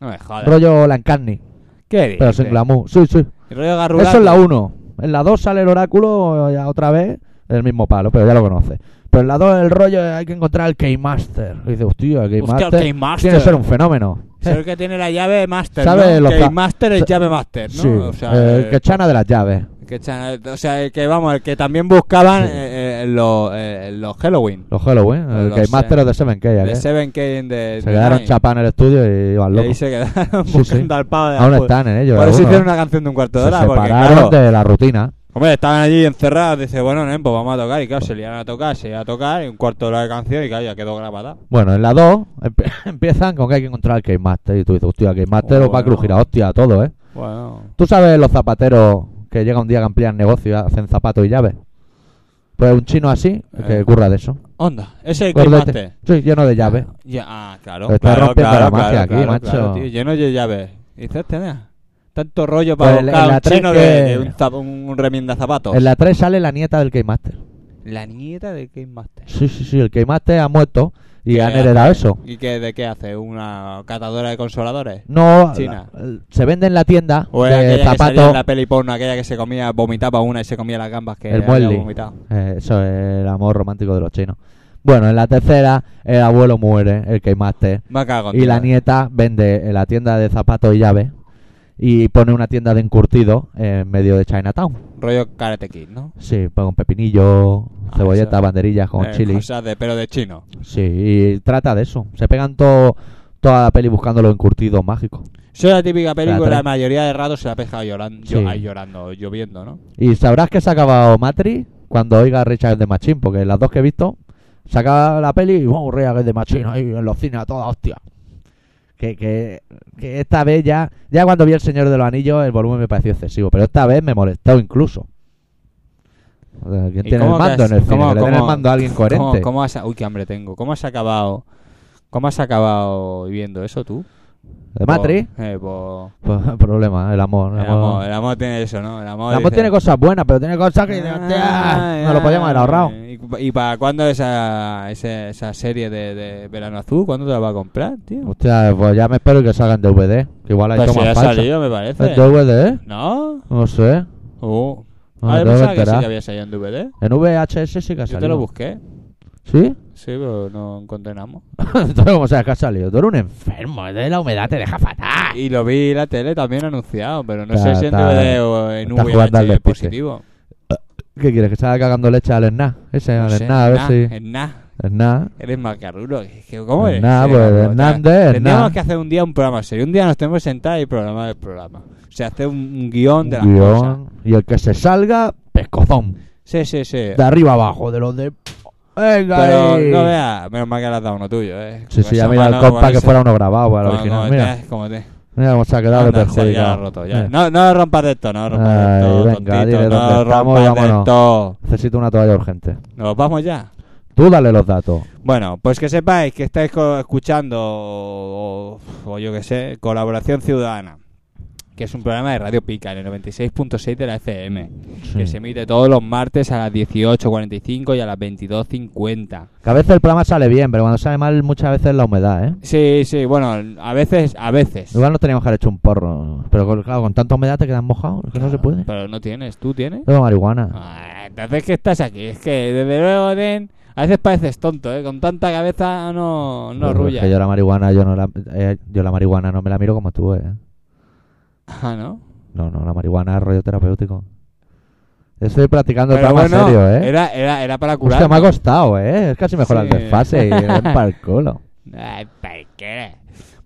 B: No me jodas.
A: Rollo Lancarni,
B: ¿Qué dices?
A: pero sin glamour. Sí, sí.
B: El rollo garrulante.
A: Eso es la 1. En la 2 sale el oráculo eh, ya otra vez, el mismo palo, pero ya lo conoce. Pero en la 2 el rollo eh, hay que encontrar al Keymaster. Y dice,
B: Hostia,
A: hostia, el
B: el
A: Keymaster
B: Keymaster.
A: tiene que ser un fenómeno. Eh,
B: Es el que tiene la llave Master.
A: ¿Sabe
B: ¿no?
A: los
B: Que
A: ca-
B: el Master es
A: sa-
B: llave Master, ¿no?
A: Sí,
B: O sea,
A: eh,
B: eh,
A: el que chana de las llaves.
B: Que chan- o sea, el que vamos, el que también buscaban
A: Sí.
B: eh, eh, los, eh, los Halloween.
A: Los Halloween, el
B: Los,
A: Keymaster
B: eh,
A: es de Seven Key, ¿eh?
B: de Seven K en the-
A: Se
B: the
A: quedaron
B: Night.
A: chapas en el estudio y iban
B: Y ahí
A: locos.
B: se quedaron
A: Sí, sí.
B: buscando al pavo de la
A: Aún
B: pu-
A: están en ello.
B: Por eso
A: algunos.
B: hicieron una canción de un cuarto de
A: Se
B: hora. Porque,
A: separaron
B: claro,
A: de la rutina.
B: hombre, estaban allí encerrados. Dice, bueno, nen, pues vamos a tocar. Y claro, se liaron a tocar, se iban a tocar. Y un cuarto de hora de canción. Y claro, ya quedó grabada.
A: Bueno, en la 2 empe- empiezan con que hay que encontrar al Keymaster. Y tú dices, hostia, el Keymaster
B: Oh,
A: os va a
B: bueno.
A: crujir a hostia a todo, ¿eh?
B: Bueno,
A: ¿Tú sabes los zapateros que llega un día que amplían negocio y hacen zapatos y llaves? Pues un chino así, que
B: Eh.
A: curra de eso.
B: Onda, ese es el
A: Gordete.
B: climaste.
A: Sí, lleno de llave.
B: Ya, ah, claro.
A: Está
B: claro,
A: rompiendo
B: claro,
A: la magia
B: claro,
A: aquí,
B: claro,
A: macho.
B: claro, tío, lleno de llaves. Y dices, tenés tanto rollo para
A: Pues en la-
B: buscar
A: en la
B: un
A: tres
B: chino
A: que-
B: de, de un, zap- un remienda zapatos.
A: En la 3 sale la nieta del Game Master.
B: La nieta de Game Master.
A: Sí, sí, sí, el Game Master ha muerto y
B: ¿Qué
A: han
B: hace?
A: heredado eso.
B: ¿Y qué, de qué hace? ¿Una catadora de consoladores?
A: No,
B: China.
A: la- el- se vende en la tienda
B: O era
A: Mm. de
B: aquella que salía en
A: zapatos.
B: la peli porno, aquella que se comía, vomitaba una y se comía las gambas que
A: El
B: había
A: muesli.
B: vomitado.
A: Eh, eso es el amor romántico de los chinos. Bueno, en la tercera, el abuelo muere, el Game Master.
B: Me cago en
A: Y la
B: todo.
A: nieta vende en la tienda de zapatos y llaves y pone una tienda de encurtido en medio de Chinatown.
B: Rollo Karate Kid, ¿no?
A: Sí, pues con pepinillo,
B: Ah,
A: cebolletas,
B: eso.
A: banderillas con
B: Eh,
A: chili.
B: cosas de pero de chino.
A: Sí, y trata de eso. Se pegan todo toda la peli buscando los encurtidos mágicos.
B: Eso es la típica peli
A: La
B: que
A: tres.
B: la mayoría de ratos se la pesca llorando,
A: Sí.
B: ahí llorando, lloviendo, ¿no?
A: Y sabrás que se ha acabado Matrix cuando oiga Richard de Machín, porque las dos que he visto, se acaba la peli y vamos, Richard de Machín ahí en los cines a toda hostia. Que, que, que esta vez ya, ya cuando vi El Señor de los Anillos, el volumen me pareció excesivo, pero esta vez me molestó incluso. O sea, ¿Quién
B: ¿Y
A: tiene el
B: cómo te
A: mando
B: has-
A: en el cine?
B: cómo-
A: Que le den el
B: cómo-
A: mando a alguien coherente.
B: ¿Cómo, cómo has, uy, qué hambre tengo. ¿Cómo has acabado? ¿Cómo has acabado viviendo eso tú?
A: ¿De Matrix?
B: Por- eh, por-
A: Pues, problema, el amor. El
B: el,
A: amor,
B: amor, el amor tiene eso, ¿no? El amor,
A: El amor
B: dice-
A: tiene cosas buenas, pero tiene cosas que...
B: Ah,
A: no lo podíamos haber ahorrado.
B: ¿Y, y para cuándo esa, esa, esa serie de, de Verano Azul? ¿Cuándo te la va a comprar, tío?
A: Hostia, pues ya me espero que salgan DVD. Que igual hay
B: Pero Pues si
A: tomas
B: ya ha
A: falsas.
B: salido, me
A: ¿En
B: parece.
A: DVD?
B: ¿No?
A: No sé.
B: Uh.
A: No
B: Ah,
A: me
B: yo
A: tengo que
B: pensaba que sí
A: enterar.
B: que había salido en DVD.
A: En VHS sí que ha
B: Yo te lo
A: salido.
B: busqué.
A: ¿Sí?
B: Sí, pero no encontré nada más.
A: Entonces, ¿cómo sabes que ha salido? Tú eres un enfermo. eh, De la humedad te deja fatal.
B: Y lo vi en la tele también anunciado, pero no
A: Está-
B: sé si en
A: está-
B: DVD o en este
A: está jugando al
B: VH
A: despiste.
B: positivo.
A: ¿Qué quieres? ¿Que salga cagando leche al Esna? Ese,
B: No
A: al
B: sé,
A: Esna, a ver
B: nah,
A: si...
B: en nah.
A: Esna.
B: Eres macarrulo. Es que, ¿Cómo
A: En
B: eres?
A: nah,
B: Sí,
A: pues,
B: cabrón,
A: Hernández,
B: o sea,
A: en
B: Tendríamos
A: nah.
B: que hacer un día un programa serio. Un día nos tenemos que sentar y programar el programa. O sea, hacer un, un guión de las cosas.
A: Guión. Y el que se salga, pescozón.
B: Sí, sí, sí.
A: De arriba abajo, de los de... Venga
B: Pero
A: ahí.
B: no veas, menos mal que le has dado uno tuyo, ¿eh?
A: Sí,
B: Con
A: sí, ya
B: esa
A: mira el
B: mano,
A: compa
B: con
A: que
B: esa-
A: fuera uno grabado al
B: como-
A: original.
B: como
A: Mira,
B: te- como te-
A: mira cómo se ha quedado de
B: Anda, sí, ya lo has
A: perjudicado.
B: roto, ya.
A: Eh,
B: No, no rompas de esto, no rompas
A: Ay,
B: de esto,
A: venga,
B: tontito,
A: dile dónde
B: no
A: estamos
B: rompas
A: y
B: de
A: vámonos.
B: esto.
A: Necesito una toalla urgente.
B: Nos vamos ya.
A: Tú dale los datos.
B: Bueno, pues que sepáis que estáis co- escuchando, o, o yo que sé, Colaboración Ciudadana, que es un programa de Radio Pica en el 96.6 de la FM, que se emite todos los martes a las 18.45 y a las 22.50.
A: Que a veces el programa sale bien, pero cuando sale mal muchas veces la humedad, ¿eh?
B: Sí, sí, bueno, a veces, a veces.
A: Igual no teníamos que haber hecho un porro. Pero con- claro, con tanta humedad te quedas mojado. es que no se puede.
B: Pero no tienes, ¿tú tienes?
A: Tengo marihuana.
B: Ah, Entonces, ¿qué estás aquí? Es que, desde luego, Den, a veces pareces tonto, ¿eh? Con tanta cabeza no, no
A: Pero Pues, es
B: rulla.
A: que yo la marihuana, yo no la, eh, yo la marihuana no me la miro como tú, ¿eh?
B: Ah, ¿no?
A: No, no, la marihuana es rollo terapéutico. Yo estoy practicando el
B: Pero
A: programa
B: bueno,
A: en serio, ¿eh?
B: era, era, era para curar.
A: Hostia, me ha costado, ¿eh? Es casi mejor
B: Sí.
A: al desfase y el para el culo.
B: Ay, ¿para qué?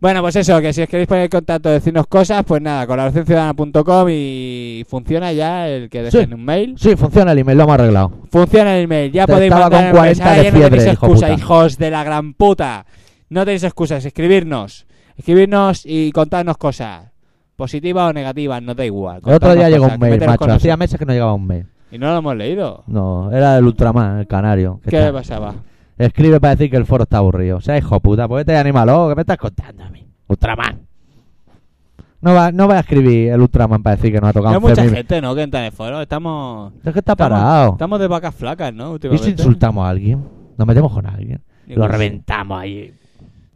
B: Bueno, pues eso, que si os queréis poner en contacto, decirnos cosas, pues nada, colaboracionciudadana.com y funciona ya el que dejen
A: Sí.
B: un mail.
A: Sí, funciona el email, lo hemos arreglado.
B: Funciona el mail, ya
A: Te
B: podéis
A: estaba
B: mandar el
A: con
B: mail.
A: 40
B: Ahora
A: de
B: ya no
A: fiebre,
B: tenéis
A: hijo
B: excusa,
A: puta.
B: hijos de la gran puta. No tenéis excusas, escribirnos. Escribirnos y contarnos cosas. Positivas o negativas, no da igual.
A: El otro día
B: Contadnos
A: llegó
B: cosas,
A: un mail,
B: meteros
A: macho.
B: con
A: Hacía
B: nosotros.
A: meses que no llegaba un mail.
B: Y no lo hemos leído.
A: No, era del Ultraman, el canario. que
B: ¿Qué
A: está-
B: le pasaba?
A: Escribe para decir que el foro está aburrido. O sea, hijo puta, pues te anímalo. ¿Qué me estás contando a mí? Ultraman. No va, no va a escribir el Ultraman para decir que no ha tocado
B: Hay
A: un
B: mucha
A: femil.
B: gente, ¿no? Que entra en el foro. Estamos.
A: Es que está
B: estamos-
A: parado.
B: Estamos de vacas flacas, ¿no?
A: ¿Y si
B: Últimamente.
A: insultamos a alguien? Nos metemos con alguien.
B: Yo
A: Lo
B: qué sé.
A: reventamos ahí.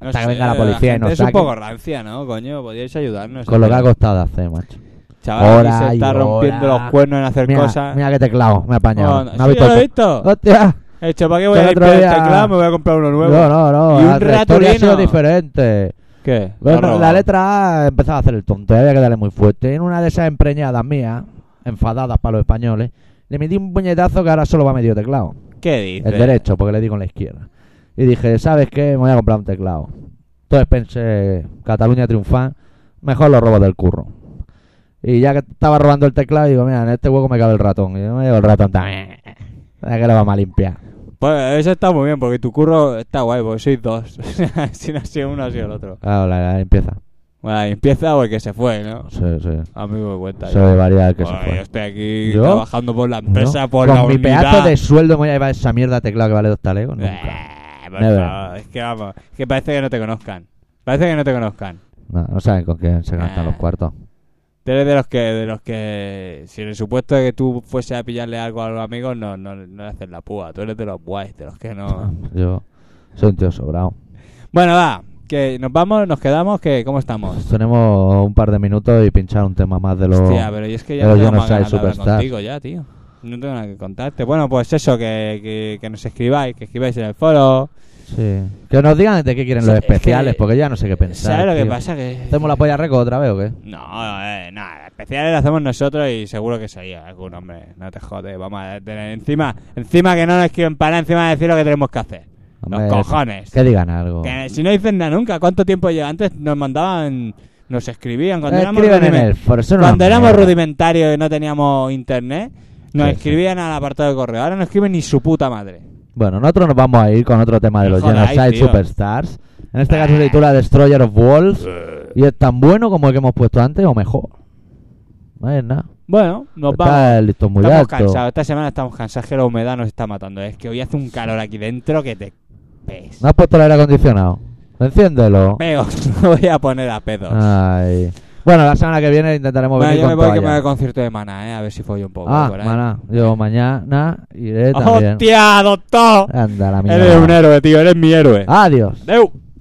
B: No
A: Hasta que
B: sé,
A: venga la policía y
B: gente
A: nos
B: Es un
A: saque.
B: poco rancia, ¿no, coño? Podríais ayudarnos.
A: Con lo que ha costado hacer, macho.
B: Chaval, aquí
A: Hora
B: se
A: y
B: está
A: hora.
B: rompiendo los cuernos en hacer
A: Mira,
B: cosas.
A: mira que teclado, me ha apañado.
B: Oh, no.
A: No,
B: Sí,
A: ha visto
B: yo lo he
A: el
B: visto.
A: te- ¡Hostia!
B: He dicho, ¿para qué voy
A: Yo
B: a
A: el otro
B: limpiar el
A: día-
B: teclado? Me voy a comprar uno nuevo.
A: No, no, no.
B: Y
A: la
B: un
A: trayectoria ha sido
B: ratolino.
A: diferente.
B: ¿Qué?
A: Bueno,
B: Te ha
A: la
B: robado.
A: letra A empezaba a hacer el tonto, y había que darle muy fuerte. En una de esas empreñadas mías, enfadadas para los españoles, le metí un puñetazo que ahora solo va medio teclado.
B: ¿Qué dices?
A: El derecho, porque le di con la izquierda. Y dije, ¿sabes qué? Me voy a comprar un teclado. Entonces pensé, Cataluña triunfar, mejor los robos del curro. Y ya que estaba robando el teclado, digo, mira, en este hueco me cabe el ratón. Y yo me llevo el ratón también. Ya que lo vamos a limpiar.
B: Pues eso está muy bien, porque tu curro está guay, porque sois dos. si no ha sido uno, ha sido el otro.
A: Claro, la, la limpieza.
B: Bueno, la limpieza o el que se fue, ¿no?
A: Sí, sí.
B: A mí me cuenta.
A: Se
B: yo.
A: varía el que se
B: Bueno,
A: fue.
B: Yo estoy aquí
A: ¿Yo?
B: trabajando por la empresa,
A: No.
B: por
A: Con
B: la
A: mi
B: unidad.
A: pedazo de sueldo me voy a llevar esa mierda de teclado que vale dos talegos. pues Nunca.
B: Eh, por
A: Never.
B: favor, es que vamos, es que parece que no te conozcan. Parece que no te conozcan.
A: No, no saben con quién se gastan
B: Eh.
A: los cuartos.
B: Tú eres de los que, de los que, si en el supuesto de que tú fuese a pillarle algo a los amigos, no, no, no le haces la púa. Tú eres de los guays, de los que
A: Ah.
B: no.
A: Yo soy un tío sobrado.
B: bueno, va, que nos vamos, nos quedamos, que ¿cómo estamos?
A: Tenemos un par de minutos y pinchar un tema más de los...
B: Hostia, pero yo es que ya no
A: pero yo
B: tengo
A: no
B: más
A: soy
B: ganas de hablar
A: superstar.
B: contigo ya, tío. No tengo nada que contarte. Bueno, pues eso, que, que, que nos escribáis, que escribáis en el foro.
A: Sí. Que nos digan de qué quieren los
B: Es que-
A: especiales, porque ya no sé qué pensar.
B: ¿Sabes lo que
A: tío.
B: pasa? Que...
A: ¿Hacemos la polla récord otra vez o qué?
B: No, eh, nada, especiales lo hacemos nosotros y seguro que salía algún hombre. No te jodes, vamos a tener encima, encima que no nos quieren parar, encima de decir lo que tenemos que hacer.
A: Hombre,
B: Los cojones.
A: Que digan algo.
B: Que si no dicen nada nunca, ¿cuánto tiempo lleva? Antes nos mandaban, nos escribían cuando éramos,
A: Eh, Escriben en
B: rudiment-
A: el foro, son una
B: cuando éramos
A: mierda.
B: rudimentarios y no teníamos internet, nos
A: Sí, sí.
B: escribían al apartado de correo. Ahora no escriben ni su puta madre.
A: Bueno, nosotros nos vamos a ir con otro tema de
B: No
A: los
B: jodáis,
A: Genocide
B: tío.
A: Superstars. En este caso se titula Destroyer of Walls.
B: Eh.
A: Y es tan bueno como el que hemos puesto antes o mejor. No es nada.
B: Bueno, nos
A: Está
B: vamos.
A: el listón muy
B: Estamos
A: alto.
B: cansados, esta semana estamos cansados que la humedad nos está matando. Es que hoy hace un calor aquí dentro que te pes.
A: No has puesto el aire acondicionado. Enciéndelo.
B: Pedos, no voy a poner a pedos.
A: Ay. Bueno, la semana que viene intentaremos
B: Bueno,
A: venir
B: yo me
A: Ah, con
B: voy que me
A: toalla.
B: voy al concierto de Mana, eh, a ver si follo un poco.
A: Ah,
B: por ahí.
A: maná. Yo mañana iré también. Ah,
B: ¡Hostia, doctor!
A: Anda la mierda. Ah.
B: Eres un héroe, tío, eres mi héroe.
A: Adiós.
B: Deu.